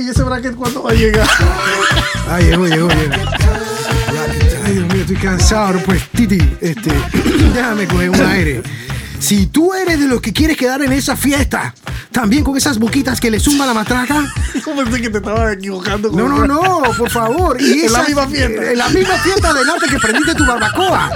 Ey, ese bracket cuándo va a llegar? Ah, llegó, llegó, llegó. Ay, Dios mío, estoy cansado. No, pues, Titi, este, déjame coger un aire. Si tú eres de los que quieres quedar en esa fiesta, también con esas boquitas que le zumba la matraca. Yo pensé que te estabas equivocando. con No, no, el bracket. no, por favor. Y En la esas- eh, misma fiesta. En la misma fiesta de norte que prendiste tu barbacoa.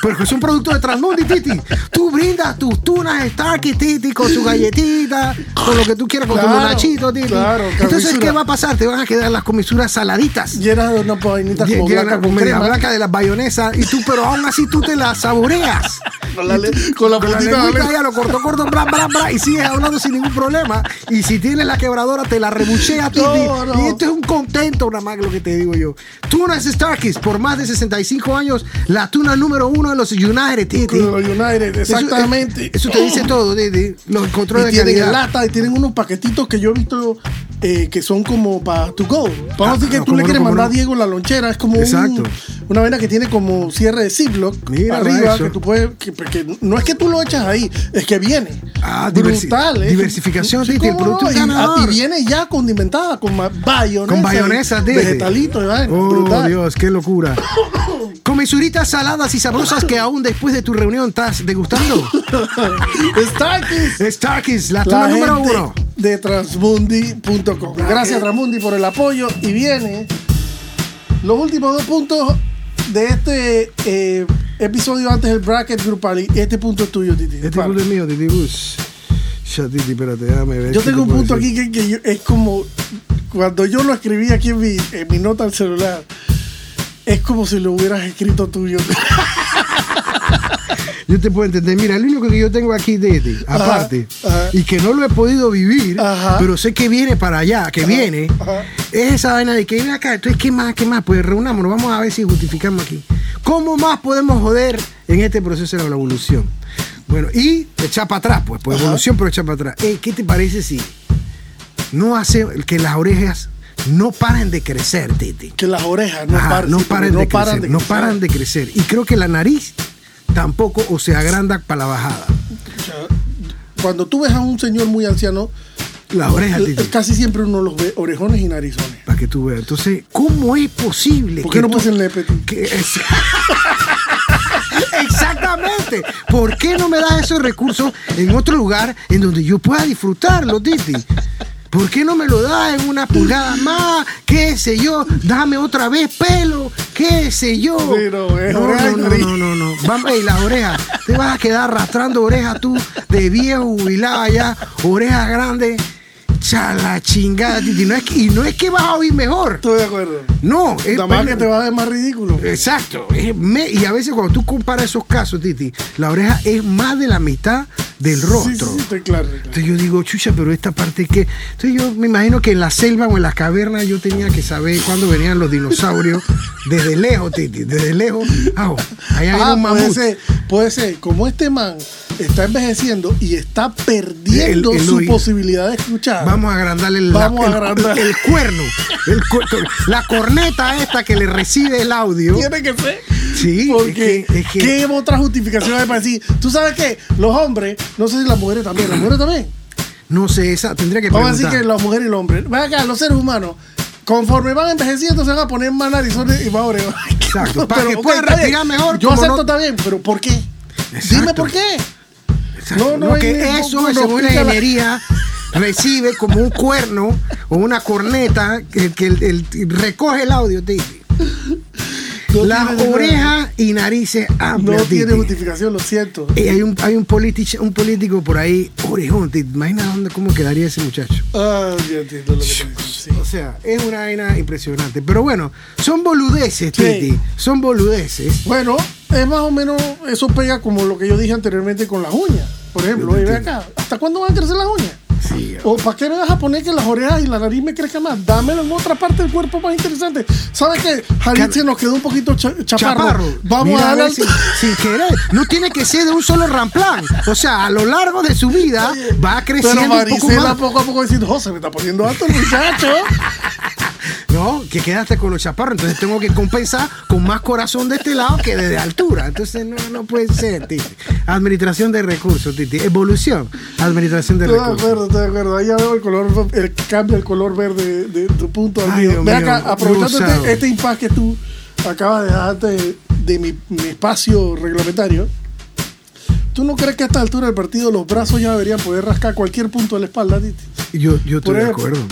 Porque es un producto de Transmundi, Titi. Tú brindas tus tunas Starky, Titi, con sus galletitas, con lo que tú quieras, con tu Claro, monachito, Titi. claro, Entonces, comisura. ¿qué va a pasar? Te van a quedar las comisuras saladitas. Llenas de una vainita Lle- como llena blanca con con media crema. blanca de las bayonesas y tú, pero aún así tú te la saboreas. Con la, le- con la Con la puntita de la lengüita ya lo cortó, cortó, bla, bla, bla, y sigues hablando sin ningún problema. Y si tienes la quebradora, te la rebuchea, Titi. No, no. Y esto es un contento, nada más que lo que te digo yo. Tunas Starkis, por más de 65 años, la tuna número uno de los United, Titi. Con los United, Eso- exactamente. Oh. Eso, te dice todo, Titi. Los Y controles de tienen calidad. lata y tienen unos paquetitos que yo he visto eh, que son como para to go. Vamos a Ah, decir que no, tú cómo le no, quieres cómo mandar no. a Diego la lonchera, es como un- Exacto. una vena que tiene como cierre de Ziploc Mira arriba, eso. que tú puedes, que, que no es que tú lo echas ahí, es que viene. Ah, diversi- brutal, ¿eh? diversificación, Sí, Titi, el cómo producto no, es y- ganador. Y, viene ya condimentada con ma- bayonesa. Con y bayonesas, Titi. Vegetalito, y vaina, Oh, brutal. Dios, qué locura. Comisuritas saladas y sabrosas que aún después de tu reunión estás degustando. Starkist. Starkis, la La tuna número gente uno. de transmundi.com. Gracias Transmundi por el apoyo y viene los últimos dos puntos de este eh, episodio antes del bracket grupal. Y este punto es tuyo, Titi. Este Vale. punto es mío, Titi Bus. Ya, Titi, espérate, déjame ver. yo qué te tengo un puedo punto decir. aquí que, que yo- es como cuando yo lo escribí aquí en mi, en mi nota al celular. Es como si lo hubieras escrito tuyo. Yo te puedo entender. Mira, el único que yo tengo aquí de este, Ajá, aparte, ajá. y que no lo he podido vivir, Ajá. pero sé que viene para allá, que viene, ajá. es esa vaina de que ven acá. Entonces, ¿qué más? ¿Qué más? Pues reunámonos, vamos a ver si justificamos aquí. ¿Cómo más podemos joder en este proceso de la evolución? Bueno, y echar para atrás, pues, pues Ajá. evolución, pero echar para atrás. Ey, ¿Qué te parece si no hace que las orejas no paren de crecer, Titi? Que las orejas no, Ajá, paran, no sí, porque paran, no de, paran crecer, de no crecer. paran de crecer. Y creo que la nariz tampoco o se agranda para la bajada. O sea, Cuando tú ves a un señor muy anciano, Las orejas, El- Titi, Casi siempre uno los ve orejones y narizones. para que tú veas. Entonces, ¿cómo es posible ¿Por qué que no E tú- puse el nepe? tú? que es- Exactamente. ¿Por qué no me das esos recursos en otro lugar en donde yo pueda disfrutarlo, Titi? ¿Por qué no me lo das en una pulgada más? ¿Qué sé yo? Dame otra vez pelo. ¿Qué sé yo? Sí, no, es no, eh, oreja no, y no, nariz. no, no, no. Vamos, ey, las orejas. Te vas a quedar arrastrando orejas tú de viejo jubilado ya. Orejas grandes. Chala chingada, Titi. No es que- y no es que vas a oír mejor. Estoy de E acuerdo. No, es Nada más pe- que te va a ver más ridículo. Exacto. es me- y a veces cuando tú comparas esos casos, Titi, la oreja es más de la mitad del Sí, sí, rostro. sí, estoy claro. estoy claro. Entonces yo digo, chucha, pero esta parte que... Entonces yo me imagino que en la selva o en las cavernas yo tenía que saber cuándo venían los dinosaurios desde lejos, Titi, desde lejos. Ah, oh, allá viene Ah, un puede mamut. ser, puede ser. Como este man está envejeciendo y está perdiendo El- el su oído. posibilidad de escuchar. Vamos a agrandarle la- Vamos a el, agrandar. el cuerno, el cu- la corneta esta que le recibe el audio. Tiene que ser. Sí, es Porque, que- es que- ¿qué otra justificación hay para decir? Tú sabes que los hombres, no sé si las mujeres también, las mujeres también. No sé, esa tendría que Vamos a decir preguntar. que la mujer y el hombre. Ven acá, los seres humanos, conforme van envejeciendo, se van a poner más narizones y más orejas. Exacto, para que ok, puedan está bien. respirar mejor, Yo como acepto no- también, pero ¿por qué? Dime Exacto. por qué. Exacto. No, No, no hay que ningún- eso, según no la explica la- ingeniería, recibe como un cuerno o una corneta que, que el- el- recoge el audio, Titi. No Las tiene- orejas y narices No amplias, tiene Titi. justificación, lo siento. Y hay un, hay un, politich- un político por ahí, orejón, ¿te imaginas dónde, cómo quedaría ese muchacho? Ah, yo entiendo lo que te digo, sí. O sea, es una vaina impresionante. Pero bueno, son boludeces, Sí. Titi. Son boludeces. Bueno, es más o menos, eso pega como lo que yo dije anteriormente con las uñas. Por ejemplo, Yo te oye, ven entiendo. acá, ¿hasta cuándo van a crecer las uñas? Sí, ¿O para qué me vas a poner que las orejas y la nariz me crezcan más? Dámelo en otra parte del cuerpo más interesante. ¿Sabes qué? Javier Claro. se nos quedó un poquito cha- chaparro. Chaparro. Vamos Mira, a darle ver al- sin, sin querer. No tiene que ser de un solo ramplán. O sea, a lo largo de su vida va creciendo Pero un poco Maricela más. poco a poco diciendo, José, me está poniendo alto el muchacho. No, que quedaste con los chaparros. Entonces tengo que compensar con más corazón de este lado que de altura. Entonces no, no puede ser, Titi. Administración de recursos, Titi. Evolución. Administración de Estoy de acuerdo, recursos. estoy de acuerdo. Ahí ya veo el color, el que cambia el color verde de tu punto al Ay, mío. Dios Ve mío, acá, aprovechando cruzado. este, este impasse que tú acabas de darte de, de mi, mi espacio reglamentario. ¿Tú no crees que a esta altura del partido los brazos ya deberían poder rascar cualquier punto de la espalda, Titi? Yo, yo estoy Por de ejemplo, acuerdo.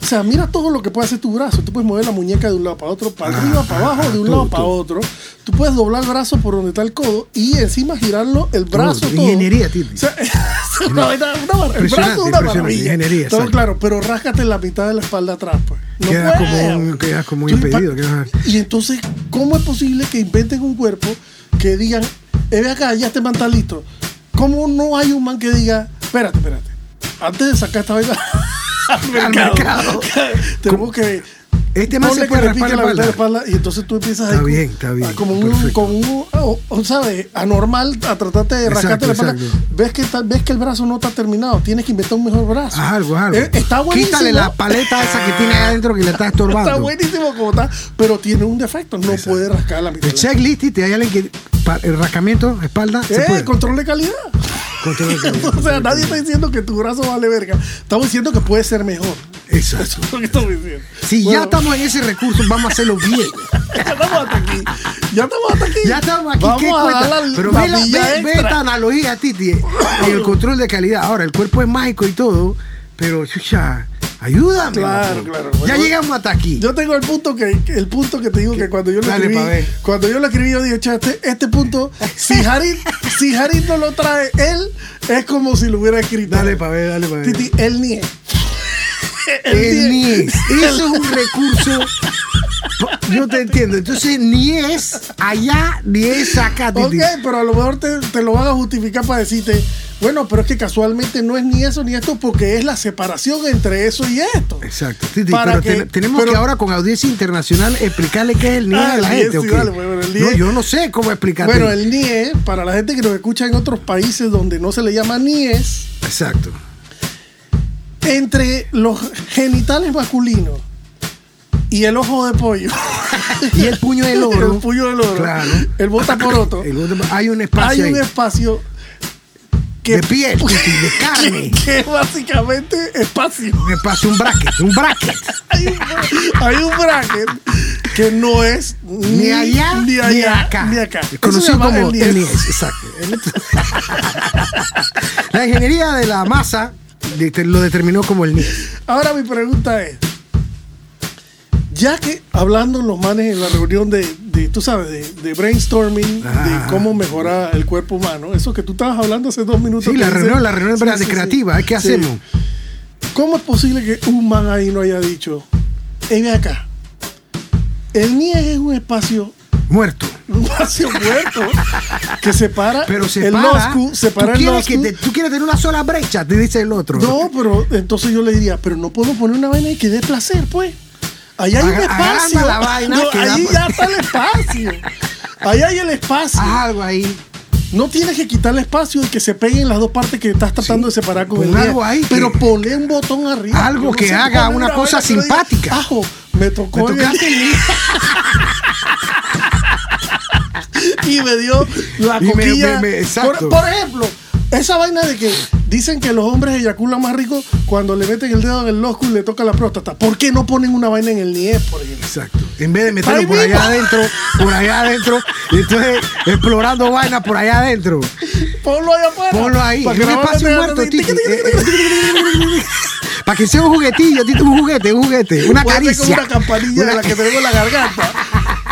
O sea, mira todo lo que puede hacer tu brazo. Tú puedes mover la muñeca de un lado para otro, para Ah, arriba, para abajo, de un tú, lado tú. para otro. Tú puedes doblar el brazo por donde está el codo y encima girarlo el brazo. Todo, todo. ingeniería, Titi. O sea, es una vaina- una barra- Impresionante, el brazo es una impresionante, maravilla. ingeniería, todo exacto. claro, pero ráscate la mitad de la espalda atrás. Pues. No Queda como puedes. un- queda como un Tú, impedido, pa- queda- Y entonces, ¿cómo es posible que inventen un cuerpo que digan, eh, ve acá, ya este man está listo? ¿Cómo no hay un man que diga, espérate, espérate, antes de sacar esta vaina al mercado, mercado. tenemos que Este man Ponle se puede que le raspar la pique mitad de espalda. espalda y entonces tú empiezas Está ahí ah, bien, está bien, como un, perfecto. como un ah, o- o, ¿sabes? anormal a tratarte de Exacto, rascarte la espalda exacto. ves que, tal- ves que el brazo no está terminado tienes que inventar un mejor brazo Haz algo, haz algo. Eh, está buenísimo Quítale la paleta esa que tiene ahí adentro que le está estorbando. está buenísimo como está pero tiene un defecto no puede rascar la mitad El checklist y te hay alguien que. pa- el rascamiento, espalda, se eh, puede. control de calidad Control de calidad. o sea nadie está diciendo que tu brazo vale verga estamos diciendo que puede ser mejor Exacto. eso es lo que estamos diciendo Si ya Bueno, estamos en ese recurso, vamos a hacerlo bien. ya estamos hasta aquí ya estamos hasta aquí Ya estamos aquí, vamos ¿qué a cuesta? dar la, Pero la ve, la- ve- milla ve extra. esta analogía, Titi, ¿eh? y el control de calidad. Ahora, el cuerpo es mágico y todo, pero chucha, ayúdame. Claro, loco. claro. Ya Bueno, llegamos hasta aquí. Yo tengo el punto que, que- el punto que te digo que cuando yo lo Dale, pa' ver. escribí, cuando yo lo escribí yo dije, "Cha, este, este punto, si Harit, si Harit no lo trae él, es como si lo hubiera escrito. Dale pa' ver, dale pa' ver. Titi, él ni es. el ni es. NIES. Eso es un recurso. Yo te entiendo. Entonces, ni es allá, ni es acá, Ok, Titi. pero a lo mejor te, te lo van a justificar para decirte, bueno, pero es que casualmente no es ni eso ni esto porque es la separación entre eso y esto. Exacto, Titi, Para pero que- ten- tenemos pero- que ahora con audiencia internacional explicarle qué es el NIE Ah, a la el NIE, gente. sí, ¿ok? dale, bueno, el no, NIE. yo no sé cómo explicarte. Bueno, el NIE, para la gente que nos escucha en otros países donde no se le llama NIES, Exacto. entre los genitales masculinos y el ojo de pollo Y el puño del oro. el puño del oro, Claro. el bota poroto, El otro- hay un hay espacio un ahí, espacio que, de piel, Titi, de carne. que, que es básicamente espacio. Un espacio, un bracket, un bracket. Hay un, hay un bracket que no es ni, Ni allá, ni, ni, allá, acá. ni acá. Eso se Conocido llama como NIES. NIES, exacto. la ingeniería de la masa de- lo determinó como el NIES. Ahora mi pregunta es, ya que hablando los manes en la reunión de, de, tú sabes, de, de brainstorming, Ah. de cómo mejorar el cuerpo humano, eso que tú estabas hablando hace dos minutos. Sí, que la dice- reunión, la reunión Sí, de sí, sí. creativa. ¿Qué Sí. hacemos? ¿Cómo es posible que un man ahí no haya dicho, hey, ven acá, el NIE es un espacio... Muerto. Un espacio muerto que separa Pero se el para. NOSCU, tú, separa el quieres que NOSCU. te- tú quieres tener una sola brecha, te dice el otro. No, pero entonces yo le diría, pero no puedo poner una vaina y que dé placer, pues. Allá hay un Aga- espacio. agarra la vaina No, que da pues. allí pla- ya está el espacio. Allá hay el espacio. Haz algo ahí. No tienes que quitar el espacio y que se peguen las dos partes que estás tratando de separar con Pon el algo día. ahí que- Pero ponle un botón arriba. Algo Yo no que sé, haga ponle una cosa vaina que no diga, simpática. Ajo, me Me tocó en el tocaste el NIES. y me dio la Y me- coquilla. me- me- exacto. por, por ejemplo, esa vaina de que dicen que los hombres eyaculan más rico cuando le meten el dedo en el losco y le toca la próstata. ¿Por qué no ponen una vaina en el niés, por ejemplo? Exacto. En vez de meterlo Ahí por mismo. allá adentro, por allá adentro, y entonces explorando vainas por allá adentro. Ponlo ahí afuera. Ponlo ahí. Para Es que un la vaina espacio te- muerto, eh, te- Titi. tic, tic, tic, tic, tic. Para que sea un juguetillo, Tito, un juguete, un juguete, una Puede ser como caricia. una campanilla de la que tenemos en la garganta.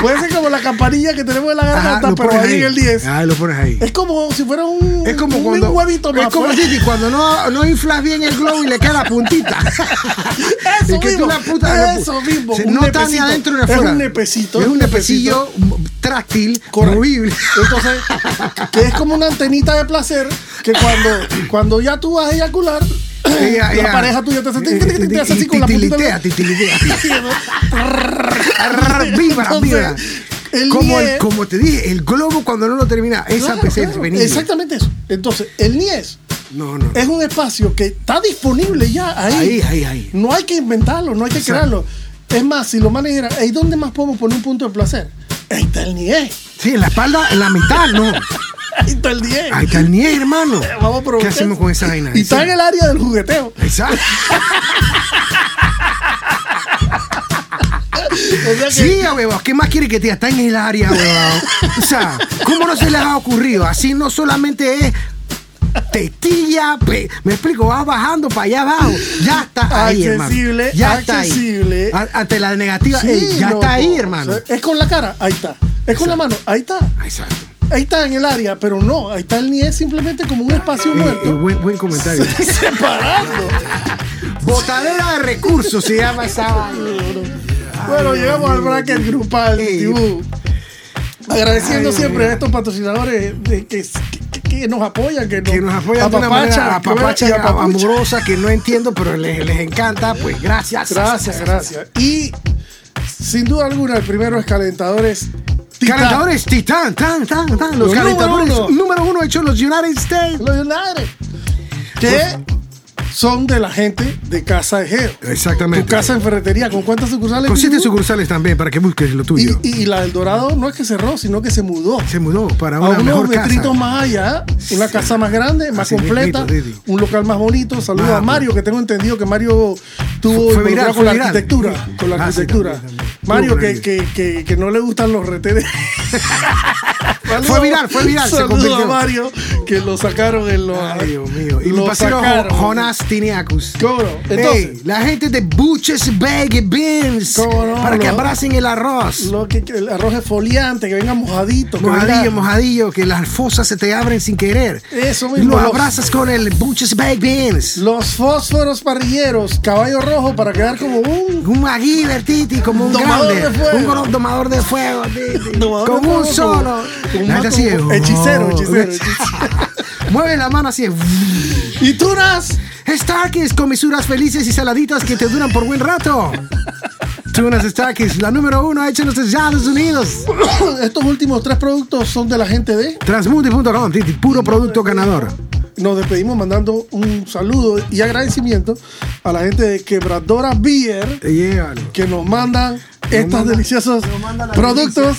Puede ser como la campanilla que tenemos en la Ajá, garganta, lo pero pones ahí en el 10. Ah, lo pones ahí. Es como si fuera un, Es como un cuando. huevito más. es como pues. Titi, cuando no, no inflas bien el globo y le queda la puntita. Eso Es que tú mismo, la puta- eso mismo, se- un No está ni nepecito. adentro ni Es un afuera. nepecito, Es un un nepecillo nepecito. tráctil, Correcto. movible. Entonces, que es como una antenita de placer que cuando, cuando ya tú vas a eyacular, Ella- la ella- pareja tuya te hace, tic, tic, tic, tic, te hace así Y con la puntita de- titilitea, titilitea. Entonces, vibra, vibra. el Como, el- NIE como te dije, el globo cuando no lo termina, esa claro, PC es claro, venida. Exactamente eso. Entonces, el NIES No, no. es un espacio que está disponible ya ahí. Ahí, ahí, ahí. No hay que inventarlo, no hay que Exacto. crearlo. Es más, si lo manejan, ¿ahí dónde más podemos poner un punto de placer? Ahí está el NIES. Sí, en la espalda, en la mitad, no. Ahí está el NIES. Ahí está el nie, hermano. Vamos a provocar ¿Qué hacemos eso. con esa vaina? Y está en el área del jugueteo. Exacto. O sea que- Sí, ah, huevón, ¿qué más quiere que te diga? Está en el área, huevón. O sea, ¿cómo no se les ha ocurrido? Así no solamente es tetilla, pe- me explico, vas bajando para allá abajo. Ya está ahí, Accesible, hermano. Ya está accesible. ahí. A- Ante la negativa, Sí, ey, ya loco. está ahí, hermano. O sea, es con la cara, ahí está. Es con la mano, ahí está. Exacto. Ahí está en el área, pero no, ahí está el NIE simplemente como un espacio Eh, eh, muerto. buen, buen comentario. Separando. Botadera de recursos se llama esa vaina. Bueno, llegamos al bracket grupal. Ey. Tibú. Agradeciendo Ay, siempre a estos patrocinadores de que, que- que nos apoyan, que nos, Que nos apoyan de una manera apapachan, que bueno, apapacha, y apapuchan. amorosa que no entiendo, pero les, les encanta. Pues gracias. Gracias, gracias. Y Sin duda alguna, el primero es calentadores. Titán. Calentadores Titán, tan, tan, tan. Los Los número calentadores número uno. uno. hechos en los United States. Los United, Que son de la gente de Casa de Geo. Pues, Exactamente. Tu casa en ferretería, ¿con cuántas sucursales? Con siete Pibu? sucursales también, para que busques lo Y, tuyo. y la del Dorado no es que cerró, sino que se mudó. Se mudó para a una unos mejor metritos casa. más allá, una Sí. casa más grande, más Así completa, mismito, Didi. un local más bonito. Saludos Ah, a Mario, que tengo entendido que Mario tuvo Fue involucrado viral, con fue la viral. arquitectura. Con la Ah, sí, arquitectura. también, también. Mario, Estuvo que, que, que, que no le gustan los retenes. Fue viral, fue viral, se Saludos a convirtió. Mario, que lo sacaron en los. Ay, Dios mío. Y mi lo pasero sacaron. Jonas Tiniacus. ¿Cómo no? Entonces, Ey, la gente de Butch's Bag Beans. ¿Cómo no, para que no? abracen el arroz. lo que, que el arroz es foliante, que venga mojadito. que venga- Mojadillo, mojadillo, que las fosas se te abren sin querer. Eso Y mismo. lo los- abrazas con el Butch's Bag Beans. Los fósforos parrilleros, caballo rojo para quedar como un. Un MacGyver, Titi, como un Domador grande. de fuego. Un gran domador de fuego, Titi. Domador de con fuego, un solo. como- La gente así es, como- hechicero, hechicero, Mueve la mano así. ¿Y tú, Nas? Starkis, comisuras felices y saladitas que te duran por buen rato. Tunas Starkis, la número uno hecha en los Estados Unidos. Estos últimos tres productos son de la gente de. Transmuti.com, Titi, puro producto ganador. Nos despedimos mandando un saludo y agradecimiento a la gente de Quebradora Beer Llévalo. que nos mandan estos manda- deliciosos nos manda las productos.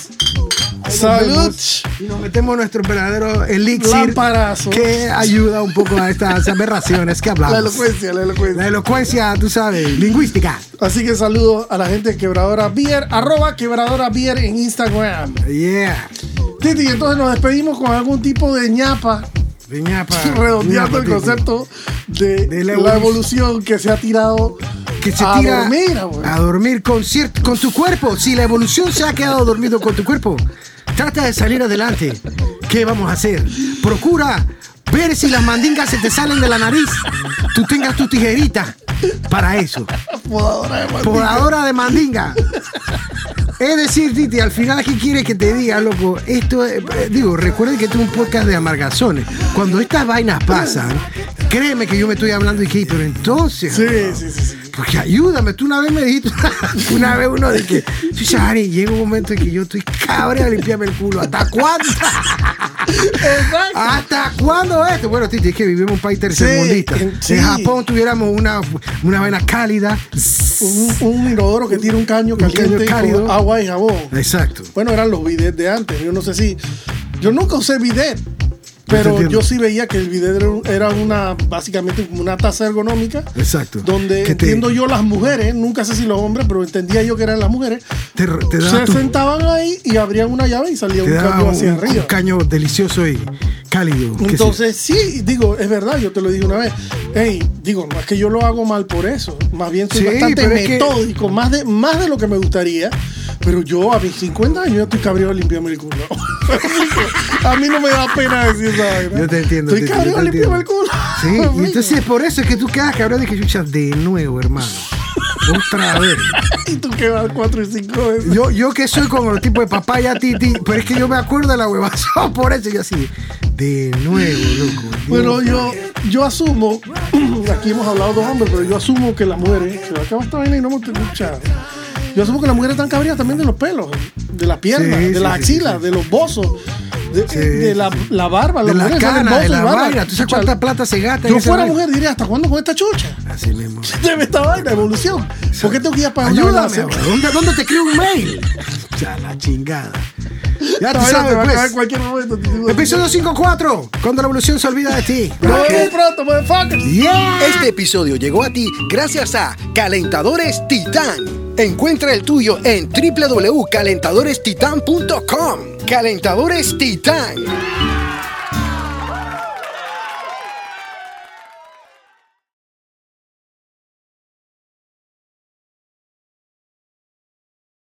Salud. Y nos metemos nuestro verdadero elixir Lamparazo. que ayuda un poco a estas aberraciones que hablamos. La elocuencia, la La elocuencia. elocuencia, tú sabes, lingüística. Así que saludos a la gente de Quebradora Beer, arroba Quebradora Beer en Instagram. Yeah. Titi, entonces nos despedimos con algún tipo de ñapa Ñapa, Ah, ñapa, redondeando el Titi. concepto de, De la evolución. la, evolución que se ha tirado que se a tira dormir, güey. a dormir con, cier- con tu cuerpo. Si la evolución se ha quedado dormido con tu cuerpo, trata de salir adelante. ¿Qué vamos a hacer? Procura ver si las mandingas se te salen de la nariz. Tú tengas tu tijerita para eso. Podadora de mandinga. Podadora de mandinga. Es decir, Titi, al final, ¿qué quieres que te diga, loco? Esto, es- eh, digo, recuerden que esto es un podcast de amargazones. Cuando estas vainas pasan, créeme que yo me estoy hablando y que, pero entonces. Sí, sí, sí, sí. Porque ayúdame, tú una vez me dijiste, una vez uno de que, "Chucha, Ari, llega un momento en que yo estoy cabreado de limpiarme el culo. ¿Hasta cuándo? Exacto. ¿Hasta cuándo esto? Bueno, Titi, es que vivimos en un país tercermundista. Sí, En, sí. Japón tuviéramos una, una vaina cálida. Un, un inodoro que tiene un caño caño caliente con cálido. agua y jabón. Exacto. Bueno, eran los bidets de antes. Yo no sé si. Yo nunca usé bidet. Pero entiendo. yo sí veía que el bidet era un- era una, básicamente como una taza ergonómica. Exacto. Donde Que te- entiendo yo las mujeres, nunca sé si los hombres, pero entendía yo que eran las mujeres, Te, te daba se tu- sentaban ahí y abrían una llave y salía te un daba caño un, hacia un arriba. caño delicioso y cálido. que sí. Entonces, sí, digo, es verdad, yo te lo dije una vez. Ey, digo, no es que yo lo hago mal por eso. Más bien soy Sí, bastante pero es que- metódico, más, de, más de lo que me gustaría. Pero yo a mis 50 años ya estoy cabreado limpiando el culo. a mí no me da pena decir esa vaina. Yo te entiendo. Estoy Titi, yo te cabreado limpiando el entiendo. culo. Sí, y entonces por eso es que tú quedas cabrón de que chucha de nuevo, hermano. Otra vez. y tú que vas cuatro y cinco veces. Yo, yo que soy como el tipo de papaya titi, pero es que yo me acuerdo de la huevazón por eso. y Yo así, de nuevo, loco. Bueno, yo, yo asumo, aquí hemos hablado dos hombres, pero yo asumo que las mujeres, se va a acabar esta vaina y no hemos escuchado. Yo asumo que las mujeres están cabreadas también de los pelos, de las piernas, Sí, de sí, las sí, axilas, de los bozos, de, eh, Sí, de sí, la, sí. la barba, de las la mujeres salen cana, bozo de y la barba. vaina. ¿Tú sabes Chucha, cuánta plata se gasta? en Yo esa fuera vaina? mujer diría, ¿hasta cuándo con esta chucha? Así mismo. Debe esta vaina, evolución. ¿Por qué tengo que ir a pagar una Ayúdame, evaluación? abogado. ¿dónde, ¿dónde te escribo un mail? Ya, la chingada. Ya Esta tú vaina te va a acabar sabes, en pues. cualquier momento. te digo. Episodio 54, cuando la evolución se olvida de ti. Nos vemos pronto, motherfuckers. Yeah. Este episodio llegó a ti gracias a Calentadores Titán. Encuentra el tuyo en www.calentadorestitan.com. Calentadores Titán.